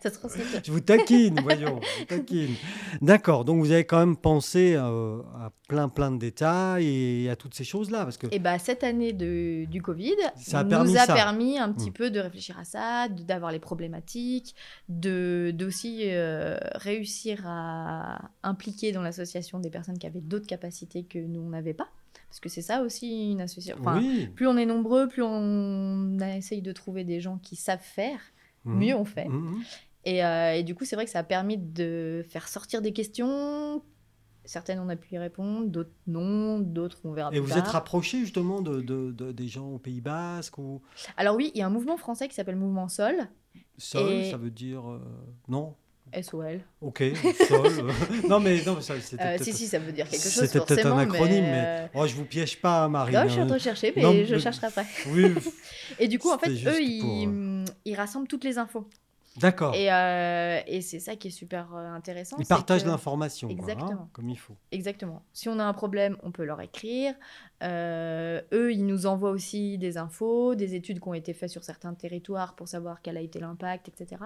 Speaker 2: ça se recycle.
Speaker 1: Je vous taquine, voyons. je vous taquine. D'accord, donc vous avez quand même pensé euh, à plein, plein de détails et à toutes ces choses-là. Parce que
Speaker 2: Et bah, cette année de, du Covid
Speaker 1: Ça a
Speaker 2: nous
Speaker 1: permis
Speaker 2: a
Speaker 1: ça.
Speaker 2: permis un petit
Speaker 1: Mm.
Speaker 2: peu de réfléchir à ça, de- d'avoir les problématiques, de d'aussi euh, réussir à impliquer dans l'association des personnes qui avaient d'autres capacités que nous on n'avait pas, parce que c'est ça aussi une association. Enfin,
Speaker 1: oui,
Speaker 2: Plus on est nombreux, plus on essaye de trouver des gens qui savent faire,
Speaker 1: Mhm.
Speaker 2: mieux on fait.
Speaker 1: Mhm.
Speaker 2: Et, euh, et du coup, c'est vrai que ça a permis de faire sortir des questions. Certaines on a pu y répondre, d'autres non, d'autres on verra
Speaker 1: Et
Speaker 2: plus
Speaker 1: vous
Speaker 2: tard.
Speaker 1: êtes rapproché justement de, de- de- des gens au Pays Basque ou
Speaker 2: Alors oui, il y a un mouvement français qui s'appelle Mouvement Sol,
Speaker 1: Sol,
Speaker 2: Et-
Speaker 1: ça veut dire euh, non
Speaker 2: SOL.
Speaker 1: Ok, Sol. euh, non mais non, mais ça, c'était
Speaker 2: Euh,
Speaker 1: peut-être-
Speaker 2: si, si, ça veut dire quelque chose
Speaker 1: C'était peut-être
Speaker 2: forcément.
Speaker 1: un acronyme,
Speaker 2: mais...
Speaker 1: Oh, je vous piège pas,
Speaker 2: euh,
Speaker 1: Marie.
Speaker 2: non, je suis en train de chercher, mais
Speaker 1: Non,
Speaker 2: je
Speaker 1: mais-
Speaker 2: chercherai après.
Speaker 1: Oui,
Speaker 2: Et du coup, en fait,
Speaker 1: C'était juste
Speaker 2: eux, ils,
Speaker 1: pour, euh,
Speaker 2: ils rassemblent toutes les infos.
Speaker 1: d'accord.
Speaker 2: Et, euh, et c'est ça qui est super euh, intéressant.
Speaker 1: Ils
Speaker 2: c'est
Speaker 1: partagent
Speaker 2: que-
Speaker 1: l'information, quoi, hein,
Speaker 2: Exactement.
Speaker 1: comme il faut.
Speaker 2: Exactement. Si on a un problème, on peut leur écrire. Euh, eux, ils nous envoient aussi des infos, des études qui ont été faites sur certains territoires pour savoir quel a été l'impact, etc.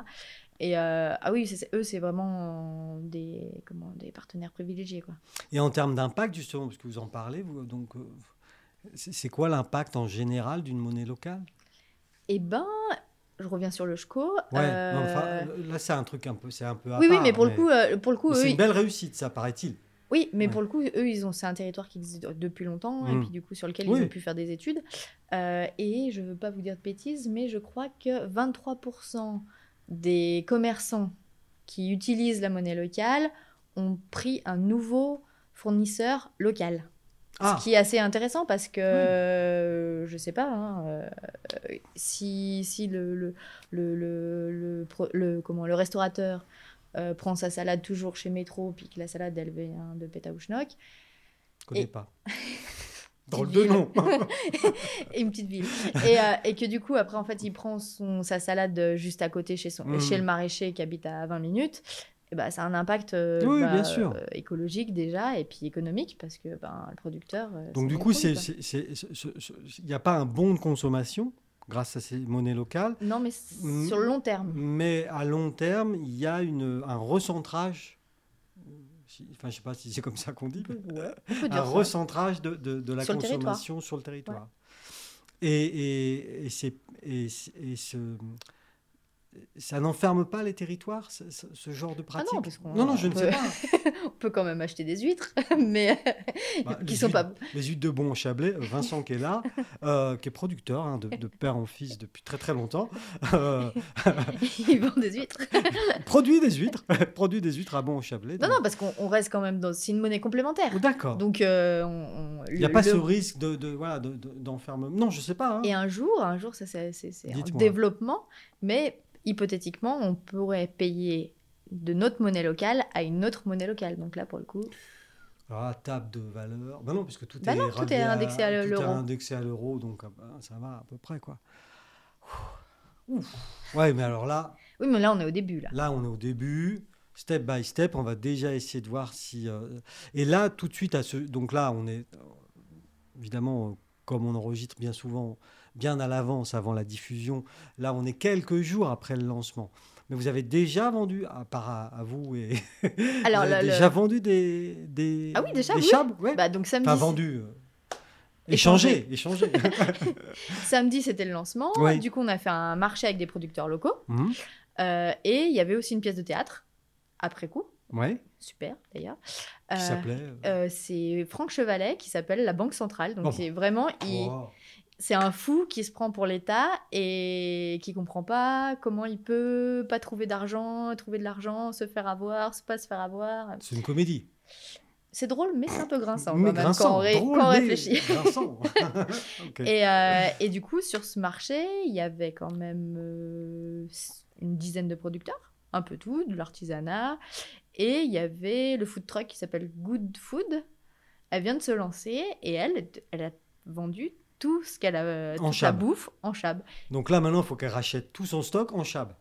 Speaker 2: Et euh, ah oui, c'est- c'est- eux, c'est vraiment euh, des, comment, des partenaires privilégiés. Quoi.
Speaker 1: Et en termes d'impact, justement, parce que vous en parlez, vous, donc, euh, c'est c'est quoi l'impact en général d'une monnaie locale
Speaker 2: Eh ben, je reviens sur le SCHCO.
Speaker 1: Ouais,
Speaker 2: euh,
Speaker 1: non, enfin, là, c'est un truc un peu, c'est un peu à
Speaker 2: oui, oui,
Speaker 1: part,
Speaker 2: mais pour le coup, euh, pour le coup,
Speaker 1: mais
Speaker 2: eux,
Speaker 1: c'est une
Speaker 2: ils-
Speaker 1: belle réussite, ça paraît-il.
Speaker 2: oui, mais
Speaker 1: Ouais.
Speaker 2: pour le coup, eux, ils ont, c'est un territoire qui existe depuis longtemps et
Speaker 1: Mm.
Speaker 2: puis du coup sur lequel
Speaker 1: Oui.
Speaker 2: ils ont pu faire des études. Euh, et je veux pas vous dire de bêtises, mais je crois que 23% des commerçants qui utilisent la monnaie locale ont pris un nouveau fournisseur local.
Speaker 1: Ah,
Speaker 2: Ce qui est assez intéressant parce que euh, je sais pas hein, euh, si, si le, le, le, le, le pro- le- comment, le restaurateur euh, prend sa salade toujours chez Métro puis que la salade elle vient de Pétaouchnock
Speaker 1: je connais
Speaker 2: et-
Speaker 1: pas. Drôle de
Speaker 2: ville.
Speaker 1: nom.
Speaker 2: et une petite ville et, euh, et que du coup après en fait il prend son, sa salade juste à côté chez, son,
Speaker 1: Mhm.
Speaker 2: chez le maraîcher qui habite à 20 minutes et bah, ça a un impact euh,
Speaker 1: Oui,
Speaker 2: bah,
Speaker 1: bien sûr.
Speaker 2: euh, écologique déjà et puis économique parce que ben le producteur euh, c'est
Speaker 1: donc, du
Speaker 2: le
Speaker 1: coup, c'est-
Speaker 2: produit,
Speaker 1: c'est- c'est- ce- ce- ce- il n'y a pas un bon de consommation grâce à ces monnaies locales.
Speaker 2: quoi. non mais c-
Speaker 1: Mm.
Speaker 2: sur le long terme
Speaker 1: Mais à long terme, il y a une, un recentrage. si- Enfin, je sais pas si c'est comme ça qu'on dit. mais-
Speaker 2: on peut
Speaker 1: un
Speaker 2: dire ça.
Speaker 1: recentrage de, de- de la
Speaker 2: Sur le
Speaker 1: consommation sur le territoire. Et, et, et c'est- et c'est- et ce- ça n'enferme pas les territoires, ce, ce- ce genre de pratique
Speaker 2: Ah parce qu'on-
Speaker 1: non, non, je
Speaker 2: on
Speaker 1: ne
Speaker 2: peut-
Speaker 1: sais pas.
Speaker 2: On peut quand même acheter des huîtres, mais
Speaker 1: Bah,
Speaker 2: qui
Speaker 1: les
Speaker 2: sont
Speaker 1: huîtres-
Speaker 2: pas.
Speaker 1: Les huîtres de Bon en Chablais, euh, Vincent qui est là, euh, qui est producteur hein, de, de père en fils depuis très très longtemps, euh,
Speaker 2: Ils vendent des huîtres.
Speaker 1: produit des huîtres, produit des huîtres à Bon en Chablais.
Speaker 2: Non,
Speaker 1: donc-
Speaker 2: non, parce qu'on on reste quand même dans. C'est une monnaie complémentaire.
Speaker 1: Oh, D'accord.
Speaker 2: Donc, euh, on- on-
Speaker 1: Il
Speaker 2: le-
Speaker 1: n'y a pas
Speaker 2: le-
Speaker 1: ce risque de, de- voilà de- de- d'enfermement. non, je sais pas. hein.
Speaker 2: Et un jour, un jour, ça c'est c'est- c'est un
Speaker 1: Dites-moi.
Speaker 2: développement, mais hypothétiquement, on pourrait payer de notre monnaie locale à une autre monnaie locale. Donc là, pour le coup,
Speaker 1: Alors, à Ah, table de valeur. Bah non, parce que tout,
Speaker 2: Bah
Speaker 1: est,
Speaker 2: non, tout
Speaker 1: ramené
Speaker 2: est indexé à
Speaker 1: tout est
Speaker 2: l'euro.
Speaker 1: indexé à l'euro, donc ah bah, ça va à peu près, quoi. Ouh. Ouf. Ouais, mais alors là,
Speaker 2: oui, mais là, on est au début là.
Speaker 1: là, on est au début. Step by step, on va déjà essayer de voir si. euh, Et là, tout de suite, à ce... donc là, on est euh, évidemment euh, comme on enregistre bien souvent bien à l'avance avant la diffusion, là on est quelques jours après le lancement. Mais vous avez déjà vendu, à part à, à vous et
Speaker 2: Alors,
Speaker 1: vous avez
Speaker 2: le- le-
Speaker 1: déjà vendu des, des
Speaker 2: Ah oui, déjà,
Speaker 1: des
Speaker 2: oui.
Speaker 1: chambres, ouais.
Speaker 2: Bah, donc samedi,
Speaker 1: Enfin, vendu. euh, Échangé, échangé.
Speaker 2: samedi c'était le lancement.
Speaker 1: Ouais.
Speaker 2: Du coup, on a fait un marché avec des producteurs locaux.
Speaker 1: Mhm.
Speaker 2: Euh, et il y avait aussi une pièce de théâtre, après coup,
Speaker 1: Ouais,
Speaker 2: super d'ailleurs.
Speaker 1: qui
Speaker 2: Euh,
Speaker 1: s'appelait. euh,
Speaker 2: euh, c'est Franck Chevalet qui s'appelle La Banque Centrale. Donc
Speaker 1: Bon.
Speaker 2: c'est vraiment, il-
Speaker 1: wow.
Speaker 2: c'est un fou qui se prend pour l'État et qui comprend pas comment il peut pas trouver d'argent, trouver de l'argent, se faire avoir, se pas se faire avoir.
Speaker 1: C'est une comédie.
Speaker 2: C'est drôle, mais c'est un peu grinçant
Speaker 1: Mais
Speaker 2: quand même
Speaker 1: grinçant,
Speaker 2: quand on, ré-
Speaker 1: drôle,
Speaker 2: quand on
Speaker 1: mais
Speaker 2: réfléchit.
Speaker 1: grinçant. Ok.
Speaker 2: Et, euh, et du coup, sur ce marché, il y avait quand même euh, une dizaine de producteurs, un peu tout, de l'artisanat. Et il y avait le food truck qui s'appelle Good Food. Elle vient de se lancer et elle, elle a vendu tout ce qu'elle a, euh,
Speaker 1: En
Speaker 2: toute sa
Speaker 1: chab.
Speaker 2: bouffe en chab.
Speaker 1: Donc là, maintenant, il faut qu'elle rachète tout son stock en chab.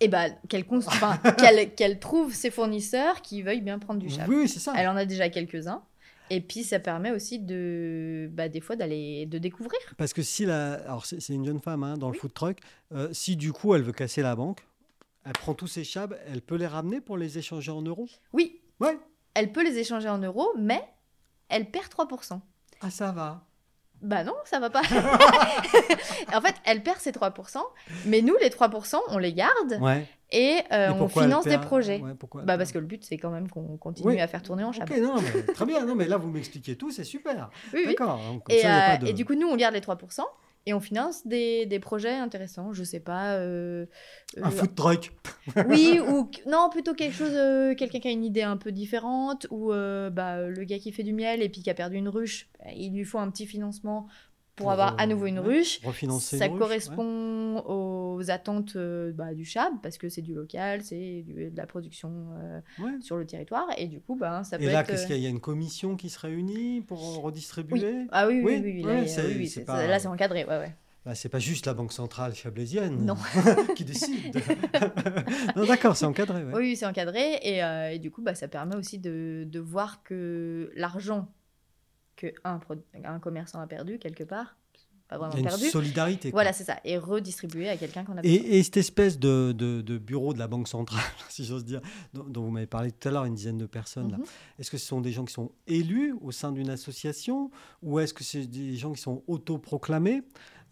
Speaker 2: Et bah, qu'elle cons- enfin, qu'elle- qu'elle trouve ses fournisseurs qui veuillent bien prendre du
Speaker 1: Oui,
Speaker 2: chab.
Speaker 1: oui, c'est ça.
Speaker 2: Elle en a déjà quelques-uns. Et puis, ça permet aussi de, bah, des fois, d'aller, de découvrir.
Speaker 1: Parce que si la. Alors, c'est c'est une jeune femme hein, dans le food truck. Euh, si du coup, elle veut casser la banque, elle prend tous ses chabs, elle peut les ramener pour les échanger en euros
Speaker 2: Oui,
Speaker 1: Ouais.
Speaker 2: elle peut les échanger en euros, mais elle perd 3%.
Speaker 1: Ah, ça va.
Speaker 2: Bah non, ça va pas. en fait, elle perd ses 3%, mais nous, les 3%, on les garde
Speaker 1: Ouais.
Speaker 2: et, euh,
Speaker 1: Et
Speaker 2: on
Speaker 1: pourquoi elle
Speaker 2: finance des
Speaker 1: perd-
Speaker 2: projets.
Speaker 1: ouais, pourquoi elle
Speaker 2: Bah
Speaker 1: perd
Speaker 2: parce que le but, c'est quand même qu'on continue
Speaker 1: Oui.
Speaker 2: à faire tourner en chab.
Speaker 1: Ok, non, mais très bien. Non, mais là, vous m'expliquez tout, c'est super.
Speaker 2: ah Oui, oui.
Speaker 1: D'accord. hein, comme
Speaker 2: Et,
Speaker 1: ça, il y a
Speaker 2: euh,
Speaker 1: pas de-
Speaker 2: et du coup, nous, on garde les 3%. Et on finance des, des projets intéressants, je sais pas. euh,
Speaker 1: Un
Speaker 2: euh,
Speaker 1: food truck.
Speaker 2: Oui, ou non, plutôt quelque chose, euh, quelqu'un qui a une idée un peu différente, ou euh, bah, le gars qui fait du miel et puis qui a perdu une ruche, bah, il lui faut un petit financement pour,
Speaker 1: Pour,
Speaker 2: avoir à
Speaker 1: euh,
Speaker 2: nouveau une
Speaker 1: ouais,
Speaker 2: ruche.
Speaker 1: Refinancer.
Speaker 2: Ça
Speaker 1: une ruche, ouais.
Speaker 2: correspond aux attentes euh, bah, du CHAB, parce que c'est du local, c'est du- de la production euh,
Speaker 1: Ouais.
Speaker 2: sur le territoire, et du coup, bah, ça peut
Speaker 1: Et là,
Speaker 2: être.
Speaker 1: qu'est-ce
Speaker 2: euh,
Speaker 1: qu'il y a Il y a une commission qui se réunit pour redistribuer
Speaker 2: Ah oui, oui,
Speaker 1: Oui,
Speaker 2: oui, oui,
Speaker 1: ouais,
Speaker 2: là, il y a-
Speaker 1: c'est-
Speaker 2: oui, oui,
Speaker 1: c'est
Speaker 2: c'est-
Speaker 1: pas-
Speaker 2: là, c'est encadré, ouais, ouais.
Speaker 1: Bah, c'est pas juste la Banque centrale chablaisienne
Speaker 2: Non.
Speaker 1: qui décide. non, d'accord, c'est encadré. ouais.
Speaker 2: Oui, oui, c'est encadré. Et, euh, et du coup, bah, ça permet aussi de, de voir que l'argent que un, pro- un commerçant a perdu quelque part, pas
Speaker 1: Il
Speaker 2: vraiment
Speaker 1: y a une
Speaker 2: perdu,
Speaker 1: solidarité. quoi.
Speaker 2: voilà, c'est ça, est redistribué à quelqu'un qu'on a besoin.
Speaker 1: Et, et cette espèce de, de- de bureau de la Banque centrale, si j'ose dire, dont, dont vous m'avez parlé tout à l'heure, une dizaine de personnes, là.
Speaker 2: Mhm.
Speaker 1: est-ce que ce sont des gens qui sont élus au sein d'une association ou est-ce que c'est des gens qui sont autoproclamés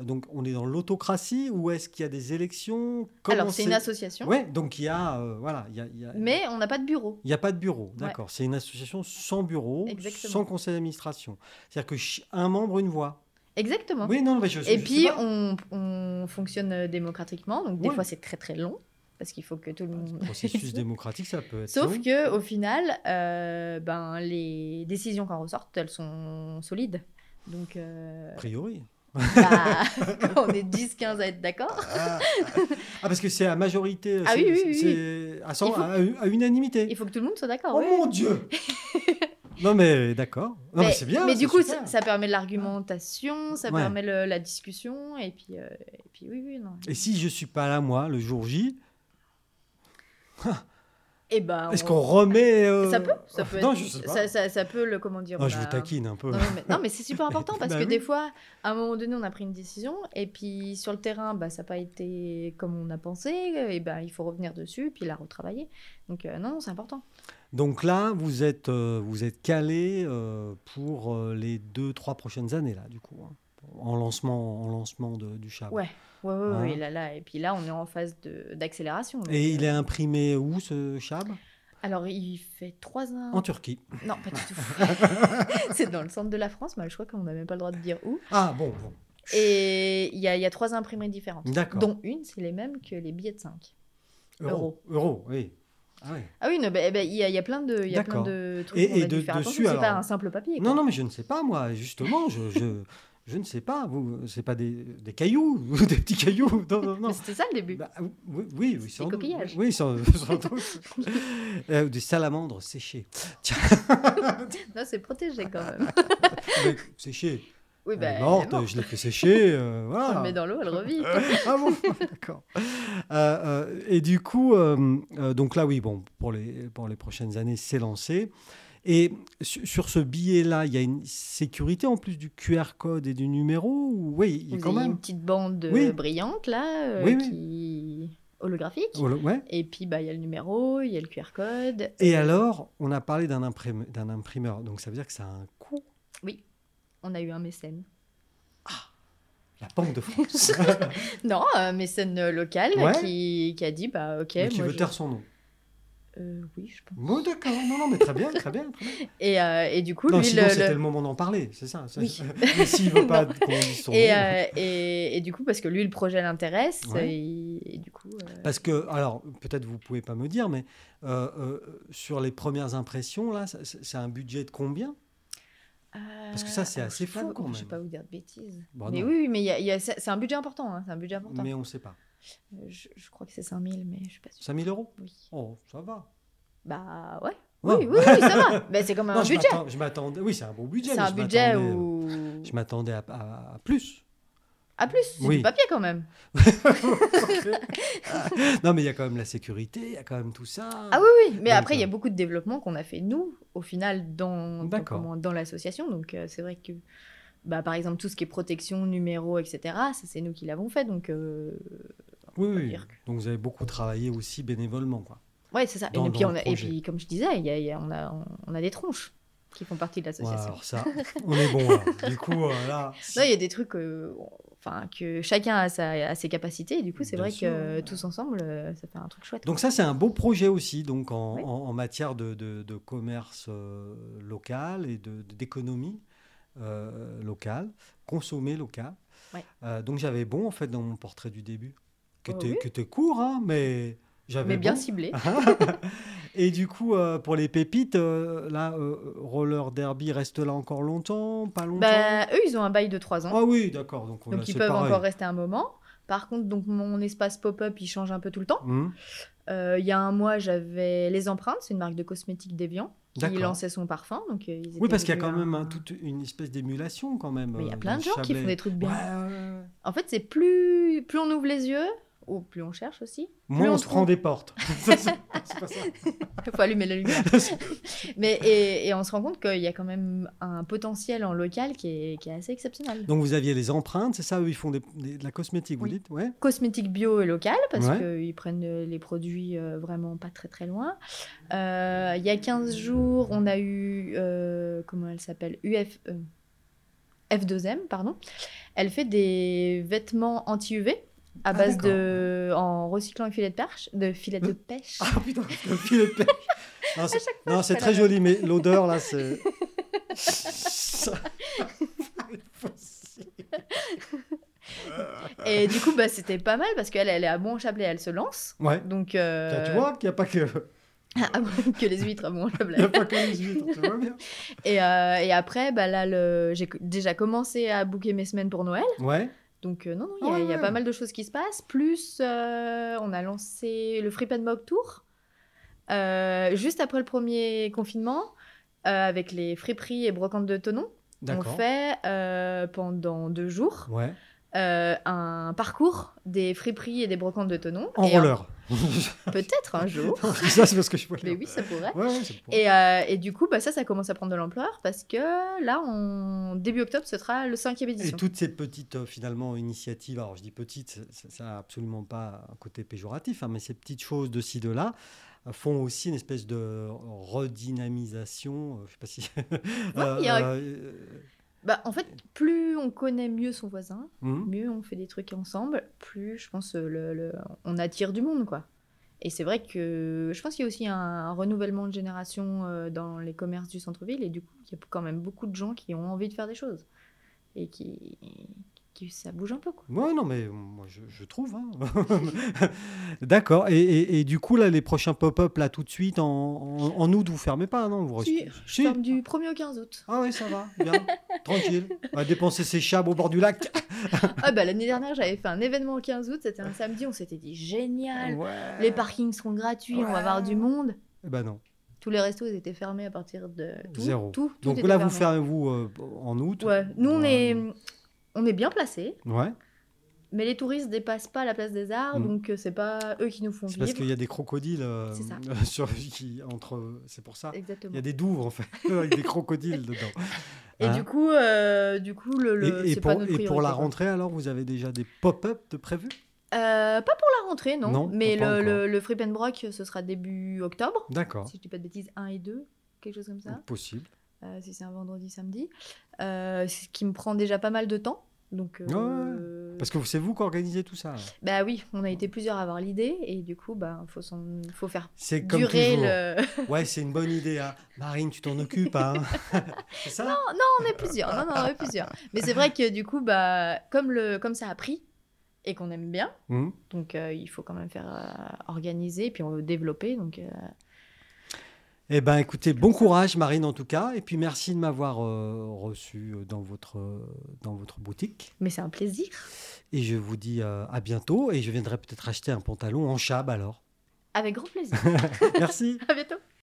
Speaker 1: Donc on est dans l'autocratie ou est-ce qu'il y a des élections Comment
Speaker 2: Alors, c'est une association,
Speaker 1: Ouais, donc il y a. euh, voilà, il y a- il y a-
Speaker 2: mais on n'a pas de bureau.
Speaker 1: Il n'y a pas de bureau, d'accord. C'est une association sans bureau,
Speaker 2: Exactement.
Speaker 1: sans conseil d'administration. C'est-à-dire que ch- un membre, une voix.
Speaker 2: Exactement.
Speaker 1: Oui, non, mais je, je- je sais
Speaker 2: et puis,
Speaker 1: pas.
Speaker 2: on, on fonctionne euh, démocratiquement, donc des
Speaker 1: Ouais.
Speaker 2: fois, c'est très très long, parce qu'il faut que tout le
Speaker 1: Bah,
Speaker 2: monde.
Speaker 1: le processus démocratique, ça peut être.
Speaker 2: Sauf
Speaker 1: long.
Speaker 2: que au final, euh, ben, les décisions qu'en ressortent, elles sont solides. Donc, euh,
Speaker 1: A priori.
Speaker 2: bah, quand on est 10-15 à être d'accord.
Speaker 1: Ah, parce que c'est à majorité.
Speaker 2: Ah
Speaker 1: c'est-
Speaker 2: oui, oui, oui,
Speaker 1: c'est- À, cent-
Speaker 2: Il faut-
Speaker 1: à- à unanimité.
Speaker 2: Il faut que tout le monde soit d'accord.
Speaker 1: Oh
Speaker 2: oui.
Speaker 1: mon Dieu Non, mais d'accord. Non, mais, c'est bien.
Speaker 2: Mais
Speaker 1: c'est
Speaker 2: du coup,
Speaker 1: super.
Speaker 2: ça, ça permet de l'argumentation, ça
Speaker 1: Ouais.
Speaker 2: permet le- la discussion, et puis, euh, et puis oui, oui, non.
Speaker 1: Et si je suis pas là, moi, le jour J,
Speaker 2: Et ben,
Speaker 1: est-ce
Speaker 2: on- Ah,
Speaker 1: qu'on remet. euh,
Speaker 2: ça peut, ça peut.
Speaker 1: Non,
Speaker 2: être-
Speaker 1: je sais pas.
Speaker 2: Ça, ça- ça peut le comment dire.
Speaker 1: Non,
Speaker 2: on
Speaker 1: je vous
Speaker 2: a-
Speaker 1: taquine un peu.
Speaker 2: Non, mais, non, mais c'est super important parce
Speaker 1: Bah
Speaker 2: que
Speaker 1: oui.
Speaker 2: des fois, à un moment donné, on a pris une décision et puis sur le terrain, bah, ça n'a pas été comme on a pensé. Et ben, il faut revenir dessus puis la retravailler. Donc euh, non, non, c'est important.
Speaker 1: Donc là, vous êtes, euh, vous êtes calé euh, pour euh, les deux, trois prochaines années, là, du coup, hein, en lancement, en lancement de- du chat.
Speaker 2: Ouais. Ouais, ouais, ouais,
Speaker 1: Hein.
Speaker 2: et là, là, et puis là, on est en phase de- d'accélération. donc,
Speaker 1: Et
Speaker 2: euh,
Speaker 1: il est imprimé où ce chab
Speaker 2: Alors, il fait trois ans.
Speaker 1: En Turquie.
Speaker 2: Non, pas du tout. c'est dans le centre de la France, mais je crois qu'on n'a même pas le droit de dire où.
Speaker 1: Ah bon, bon.
Speaker 2: Et il y a, il y a trois imprimeries différentes.
Speaker 1: D'accord.
Speaker 2: Dont une, c'est les mêmes que les billets de 5.
Speaker 1: Euro. Euro, oui. Ah ouais.
Speaker 2: Ah oui, non, bah, eh ben, il y, a- il y a plein de, il y a plein
Speaker 1: D'accord.
Speaker 2: de trucs.
Speaker 1: Et-
Speaker 2: qu'on
Speaker 1: et
Speaker 2: a dû
Speaker 1: de-
Speaker 2: faire attention,
Speaker 1: dessus,
Speaker 2: C'est pas
Speaker 1: alors.
Speaker 2: un simple papier.
Speaker 1: Non,
Speaker 2: quoi.
Speaker 1: non, mais je ne sais pas, moi, justement, je, je, je ne sais pas. Vous, c'est pas des, des cailloux, des petits cailloux. Non, non, non.
Speaker 2: Mais C'était ça le début.
Speaker 1: Bah, oui, oui, oui, sans
Speaker 2: Des
Speaker 1: doute.
Speaker 2: coquillages.
Speaker 1: Oui, sans, sans doute. Euh, des salamandres séchées.
Speaker 2: Non, c'est protégé quand même.
Speaker 1: Mais Séchées.
Speaker 2: Oui, bah,
Speaker 1: Elle est
Speaker 2: elle est
Speaker 1: morte,
Speaker 2: morte.
Speaker 1: je l'ai fait sécher. euh,
Speaker 2: On
Speaker 1: voilà.
Speaker 2: le met dans l'eau, elle revit.
Speaker 1: ah bon D'accord. Euh, euh, et du coup, euh, euh, donc là, oui, bon, pour les, pour les prochaines années, c'est lancé. Et su- sur ce billet-là, il y a une sécurité en plus du QR code et du numéro ou- Oui, il y a
Speaker 2: Vous
Speaker 1: quand
Speaker 2: avez
Speaker 1: même.
Speaker 2: une petite bande euh,
Speaker 1: Oui.
Speaker 2: brillante là, euh,
Speaker 1: Oui, oui.
Speaker 2: qui holographique.
Speaker 1: Oh là- ouais.
Speaker 2: Et puis bah il y a le numéro, il y a le QR code.
Speaker 1: Et
Speaker 2: Euh,
Speaker 1: alors, on a parlé d'un imprim- d'un imprimeur, donc ça veut dire que ça a un coût.
Speaker 2: On a eu un mécène.
Speaker 1: La Banque de France
Speaker 2: Non, un mécène euh, local
Speaker 1: Ouais.
Speaker 2: qui, qui a dit bah ok.
Speaker 1: mais qui
Speaker 2: moi,
Speaker 1: veut
Speaker 2: je-
Speaker 1: taire son nom.
Speaker 2: Euh, oui, je pense.
Speaker 1: Bon, d'accord, non, non, mais très bien, très bien. très bien.
Speaker 2: Et, euh, et du coup
Speaker 1: non,
Speaker 2: lui
Speaker 1: sinon,
Speaker 2: le-
Speaker 1: c'était
Speaker 2: le-
Speaker 1: le... moment d'en parler, c'est ça. c'est-
Speaker 2: Oui.
Speaker 1: Mais s'il veut pas
Speaker 2: Non.
Speaker 1: qu'on dise son
Speaker 2: Et,
Speaker 1: nom.
Speaker 2: euh, et, et du coup, parce que lui, le projet l'intéresse,
Speaker 1: Ouais.
Speaker 2: et, et du coup, euh,
Speaker 1: Parce que, alors, peut-être vous pouvez pas me dire, mais euh, euh, sur les premières impressions, là, ça- c'est c'est un budget de combien que ça, c'est
Speaker 2: alors,
Speaker 1: assez
Speaker 2: Ah, je sais pas
Speaker 1: fou,
Speaker 2: vous-
Speaker 1: quand
Speaker 2: Je
Speaker 1: même.
Speaker 2: vais pas vous dire de bêtises.
Speaker 1: Bah,
Speaker 2: mais
Speaker 1: non.
Speaker 2: oui, oui, mais il y a- il y a- c'est c'est un budget important. hein, c'est un budget important.
Speaker 1: Mais on sait pas.
Speaker 2: Euh, Je, je crois que c'est 5000, mais je suis pas sûre.
Speaker 1: 5000 euros
Speaker 2: Oui.
Speaker 1: Oh, ça va.
Speaker 2: Bah ouais.
Speaker 1: Ouais.
Speaker 2: Oui, oui, oui, ça va. Mais c'est comme
Speaker 1: Non,
Speaker 2: un
Speaker 1: je
Speaker 2: budget.
Speaker 1: m'attends- Je m'attendais. Oui, c'est un bon budget.
Speaker 2: C'est
Speaker 1: mais
Speaker 2: un
Speaker 1: je
Speaker 2: budget
Speaker 1: m'attendais- euh,
Speaker 2: où.
Speaker 1: Je m'attendais à, à- à plus.
Speaker 2: À plus, c'est
Speaker 1: Oui.
Speaker 2: du papier quand même.
Speaker 1: non, mais il y a quand même la sécurité, il y a quand même tout ça.
Speaker 2: Ah oui, oui. Mais
Speaker 1: Donc, euh,
Speaker 2: après, il y a beaucoup de développements qu'on a fait nous, au final, dans, dans,
Speaker 1: D'accord.
Speaker 2: comment- dans l'association. Donc euh, c'est vrai que. Bah, par exemple, tout ce qui est protection, numéro, etc., ça, c'est nous qui l'avons fait. Donc, euh,
Speaker 1: oui,
Speaker 2: peut
Speaker 1: oui.
Speaker 2: dire que-
Speaker 1: Donc vous avez beaucoup travaillé aussi bénévolement, quoi.
Speaker 2: ouais, c'est ça.
Speaker 1: Dans-
Speaker 2: et, puis,
Speaker 1: dans
Speaker 2: on
Speaker 1: le
Speaker 2: a- et
Speaker 1: projet.
Speaker 2: puis, comme je disais, il y a- il y a- on, a, on a des tronches qui font partie de
Speaker 1: Ouais,
Speaker 2: l'association.
Speaker 1: alors ça, on est bon. alors. Du coup, euh, là. si-
Speaker 2: Non, il y a des trucs euh, enfin, que chacun a, sa- a ses capacités. Et du coup, c'est
Speaker 1: Bien
Speaker 2: vrai
Speaker 1: sûr,
Speaker 2: que euh,
Speaker 1: ouais.
Speaker 2: tous ensemble, euh, ça fait un truc chouette.
Speaker 1: Donc ça, c'est un beau projet aussi, donc en,
Speaker 2: Oui.
Speaker 1: en- en matière de, de- de commerce euh, local et de- de- d'économie euh, locale, consommer local.
Speaker 2: Ouais.
Speaker 1: Euh, donc j'avais bon en fait dans mon portrait du début, que
Speaker 2: Oh,
Speaker 1: t'es
Speaker 2: oui.
Speaker 1: que t'es court, hein, mais j'avais
Speaker 2: mais bien
Speaker 1: bon.
Speaker 2: ciblé.
Speaker 1: et du coup, euh, pour les pépites, euh, là, euh, roller derby reste là encore longtemps, pas longtemps.
Speaker 2: Bah, eux, ils ont un bail de 3 ans.
Speaker 1: ah oui, d'accord. Donc, on là,
Speaker 2: donc, ils
Speaker 1: c'est
Speaker 2: peuvent
Speaker 1: pareil.
Speaker 2: encore rester un moment. Par contre, donc mon espace pop-up, il change un peu tout le temps.
Speaker 1: Hmm,
Speaker 2: Euh, Il y a un mois, j'avais Les Empreintes, c'est une marque de cosmétiques déviant, qui
Speaker 1: d'accord.
Speaker 2: lançait son parfum. Donc, euh, ils étaient
Speaker 1: Oui, parce qu'il y a quand
Speaker 2: devenus
Speaker 1: même
Speaker 2: un-
Speaker 1: un- toute une espèce d'émulation quand même.
Speaker 2: Mais il y a
Speaker 1: euh,
Speaker 2: plein
Speaker 1: dans
Speaker 2: de
Speaker 1: le
Speaker 2: gens qui font
Speaker 1: Chablais.
Speaker 2: des trucs bien.
Speaker 1: Ouais, ouais, ouais.
Speaker 2: En fait, c'est plus... plus on ouvre les yeux, ou plus on cherche aussi,
Speaker 1: Moins
Speaker 2: on
Speaker 1: on se
Speaker 2: trouve.
Speaker 1: prend des portes. Ça, c'est- c'est pas ça.
Speaker 2: Il faut allumer la lumière. Mais, et, et on se rend compte qu'il y a quand même un potentiel en local qui est, qui est assez exceptionnel.
Speaker 1: Donc vous aviez les empreintes, c'est ça Eux, ils font des- des- de la cosmétique, vous
Speaker 2: Oui.
Speaker 1: dites ouais.
Speaker 2: Cosmétique bio et local, parce
Speaker 1: Ouais.
Speaker 2: qu'ils prennent euh, les produits euh, vraiment pas très très loin. Euh, il y a 15 jours, on a eu, euh, comment elle s'appelle UF, euh, F2M, pardon. Elle fait des vêtements anti-UV à
Speaker 1: Ah,
Speaker 2: base
Speaker 1: d'accord.
Speaker 2: de. en recyclant les filets de perche, de filets de pêche.
Speaker 1: Ah putain, le filet de pêche. Non, c'est-
Speaker 2: je
Speaker 1: Non, c'est
Speaker 2: fais
Speaker 1: très
Speaker 2: la
Speaker 1: joli, mais l'odeur là, c'est. Ça-
Speaker 2: Et du coup, bah, c'était pas mal parce qu'elle elle est à bon Chablais, elle se lance.
Speaker 1: ouais.
Speaker 2: Donc, euh,
Speaker 1: Tiens, tu vois qu'il n'y a pas que,
Speaker 2: à moins que les huîtres, bon, la
Speaker 1: il y a
Speaker 2: blague.
Speaker 1: pas que les huîtres, tu vois bien.
Speaker 2: Et, euh, et après, bah là, le... j'ai déjà commencé à booker mes semaines pour Noël.
Speaker 1: Ouais.
Speaker 2: Donc, euh, non, non, il y a-
Speaker 1: Ah
Speaker 2: il y, a
Speaker 1: ouais.
Speaker 2: pas mal de choses qui se passent. Plus, euh, on a lancé le Free and Mog Tour euh, juste après le premier confinement euh, avec les friperies et brocantes de Tonon. On
Speaker 1: D'accord.
Speaker 2: fait euh, pendant deux jours
Speaker 1: Ouais.
Speaker 2: euh, un parcours des friperies et des brocantes de Tonon.
Speaker 1: En
Speaker 2: Et
Speaker 1: roller.
Speaker 2: Peut-être un jour.
Speaker 1: ça, c'est parce que je voulais.
Speaker 2: Mais oui, ça pourrait.
Speaker 1: Ouais, ouais, c'est pour-
Speaker 2: Et, euh, et du coup, bah, ça, ça commence à prendre de l'ampleur parce que là, on... début octobre, ce sera le cinquième
Speaker 1: Et
Speaker 2: édition.
Speaker 1: toutes ces petites, euh, finalement, initiatives, alors je dis petites, ça- ça- ça n'a absolument pas un côté péjoratif, hein, mais ces petites choses de ci, de là, euh, font aussi une espèce de redynamisation, euh, je ne sais pas si... Euh,
Speaker 2: il y a-
Speaker 1: euh,
Speaker 2: Bah, en fait, plus on connaît mieux son voisin,
Speaker 1: hum,
Speaker 2: mieux on fait des trucs ensemble, plus je pense euh, le, le- on attire du monde, quoi. Et c'est vrai que je pense qu'il y a aussi un, un renouvellement de génération euh, dans les commerces du centre-ville et du coup, il y a quand même beaucoup de gens qui ont envie de faire des choses et qui, qui ça bouge un peu, quoi.
Speaker 1: Ouais, non, mais moi, je, je trouve. hein. D'accord. Et, et- et du coup, là, les prochains pop-up, là, tout de suite, en, en- en août, vous fermez pas, non vous
Speaker 2: Si,
Speaker 1: restez-
Speaker 2: je ferme du 1er au 15 août.
Speaker 1: Ah oui, ça va, bien, tranquille. On va dépenser ses chabs au bord du lac.
Speaker 2: Ah bah l'année dernière j'avais fait un événement au 15 août, c'était un samedi, on s'était dit génial,
Speaker 1: Ouais.
Speaker 2: les parkings seront gratuits, on va avoir du monde.
Speaker 1: Eh ben non.
Speaker 2: Tous les restos ils étaient fermés à partir de tout,
Speaker 1: Zéro.
Speaker 2: tout, tout
Speaker 1: Donc
Speaker 2: était
Speaker 1: là, vous
Speaker 2: fermé.
Speaker 1: fermez, vous, euh, en août
Speaker 2: Ouais, nous on
Speaker 1: Ouais.
Speaker 2: est on est bien placés.
Speaker 1: Ouais.
Speaker 2: Mais les touristes dépassent pas la place des arts,
Speaker 1: Mm.
Speaker 2: donc euh, c'est pas eux qui nous font
Speaker 1: C'est
Speaker 2: vivre.
Speaker 1: parce qu'il y a des crocodiles euh,
Speaker 2: C'est ça.
Speaker 1: sur, qui, entre. C'est pour ça. Il
Speaker 2: Exactement.
Speaker 1: y a des douves, en fait, avec des crocodiles dedans.
Speaker 2: Et
Speaker 1: Hein
Speaker 2: du coup, euh, du coup, le, le-
Speaker 1: et, et
Speaker 2: c'est
Speaker 1: pour,
Speaker 2: pas notre
Speaker 1: et pour
Speaker 2: priorité,
Speaker 1: la
Speaker 2: quoi.
Speaker 1: rentrée, alors, vous avez déjà des pop-up de prévus
Speaker 2: Euh, Pas pour la rentrée, non.
Speaker 1: Non,
Speaker 2: Mais
Speaker 1: pas
Speaker 2: le,
Speaker 1: encore. Ah.
Speaker 2: le, le Fripp and Brock, ce sera début octobre,
Speaker 1: D'accord.
Speaker 2: si je dis pas de bêtises, 1 et 2, quelque chose comme ça.
Speaker 1: Possible.
Speaker 2: euh, si c'est un vendredi, samedi. Euh, ce qui me prend déjà pas mal de temps. Donc, euh,
Speaker 1: Ouais, Parce que c'est vous qui organisez tout ça.
Speaker 2: bah oui, on a été plusieurs à avoir l'idée et du coup, bah faut s'en- faut faire
Speaker 1: C'est comme
Speaker 2: durer
Speaker 1: toujours.
Speaker 2: le.
Speaker 1: Ouais, c'est une bonne idée. hein. Marine, tu t'en occupes. Hein. c'est ça
Speaker 2: Non, non, on est plusieurs. Non, non, on est plusieurs. Mais c'est vrai que du coup, bah comme le, comme ça a pris et qu'on aime bien,
Speaker 1: Mhm.
Speaker 2: donc euh, il faut quand même faire euh, organiser et puis on veut développer. Donc euh,
Speaker 1: Eh ben, écoutez, bon courage, Marine, en tout cas. Et puis, merci de m'avoir euh, reçu euh, dans votre, euh, dans votre boutique.
Speaker 2: mais c'est un plaisir.
Speaker 1: Et je vous dis euh, à bientôt. Et je viendrai peut-être acheter un pantalon en chab, alors.
Speaker 2: Avec grand plaisir.
Speaker 1: Merci.
Speaker 2: à bientôt.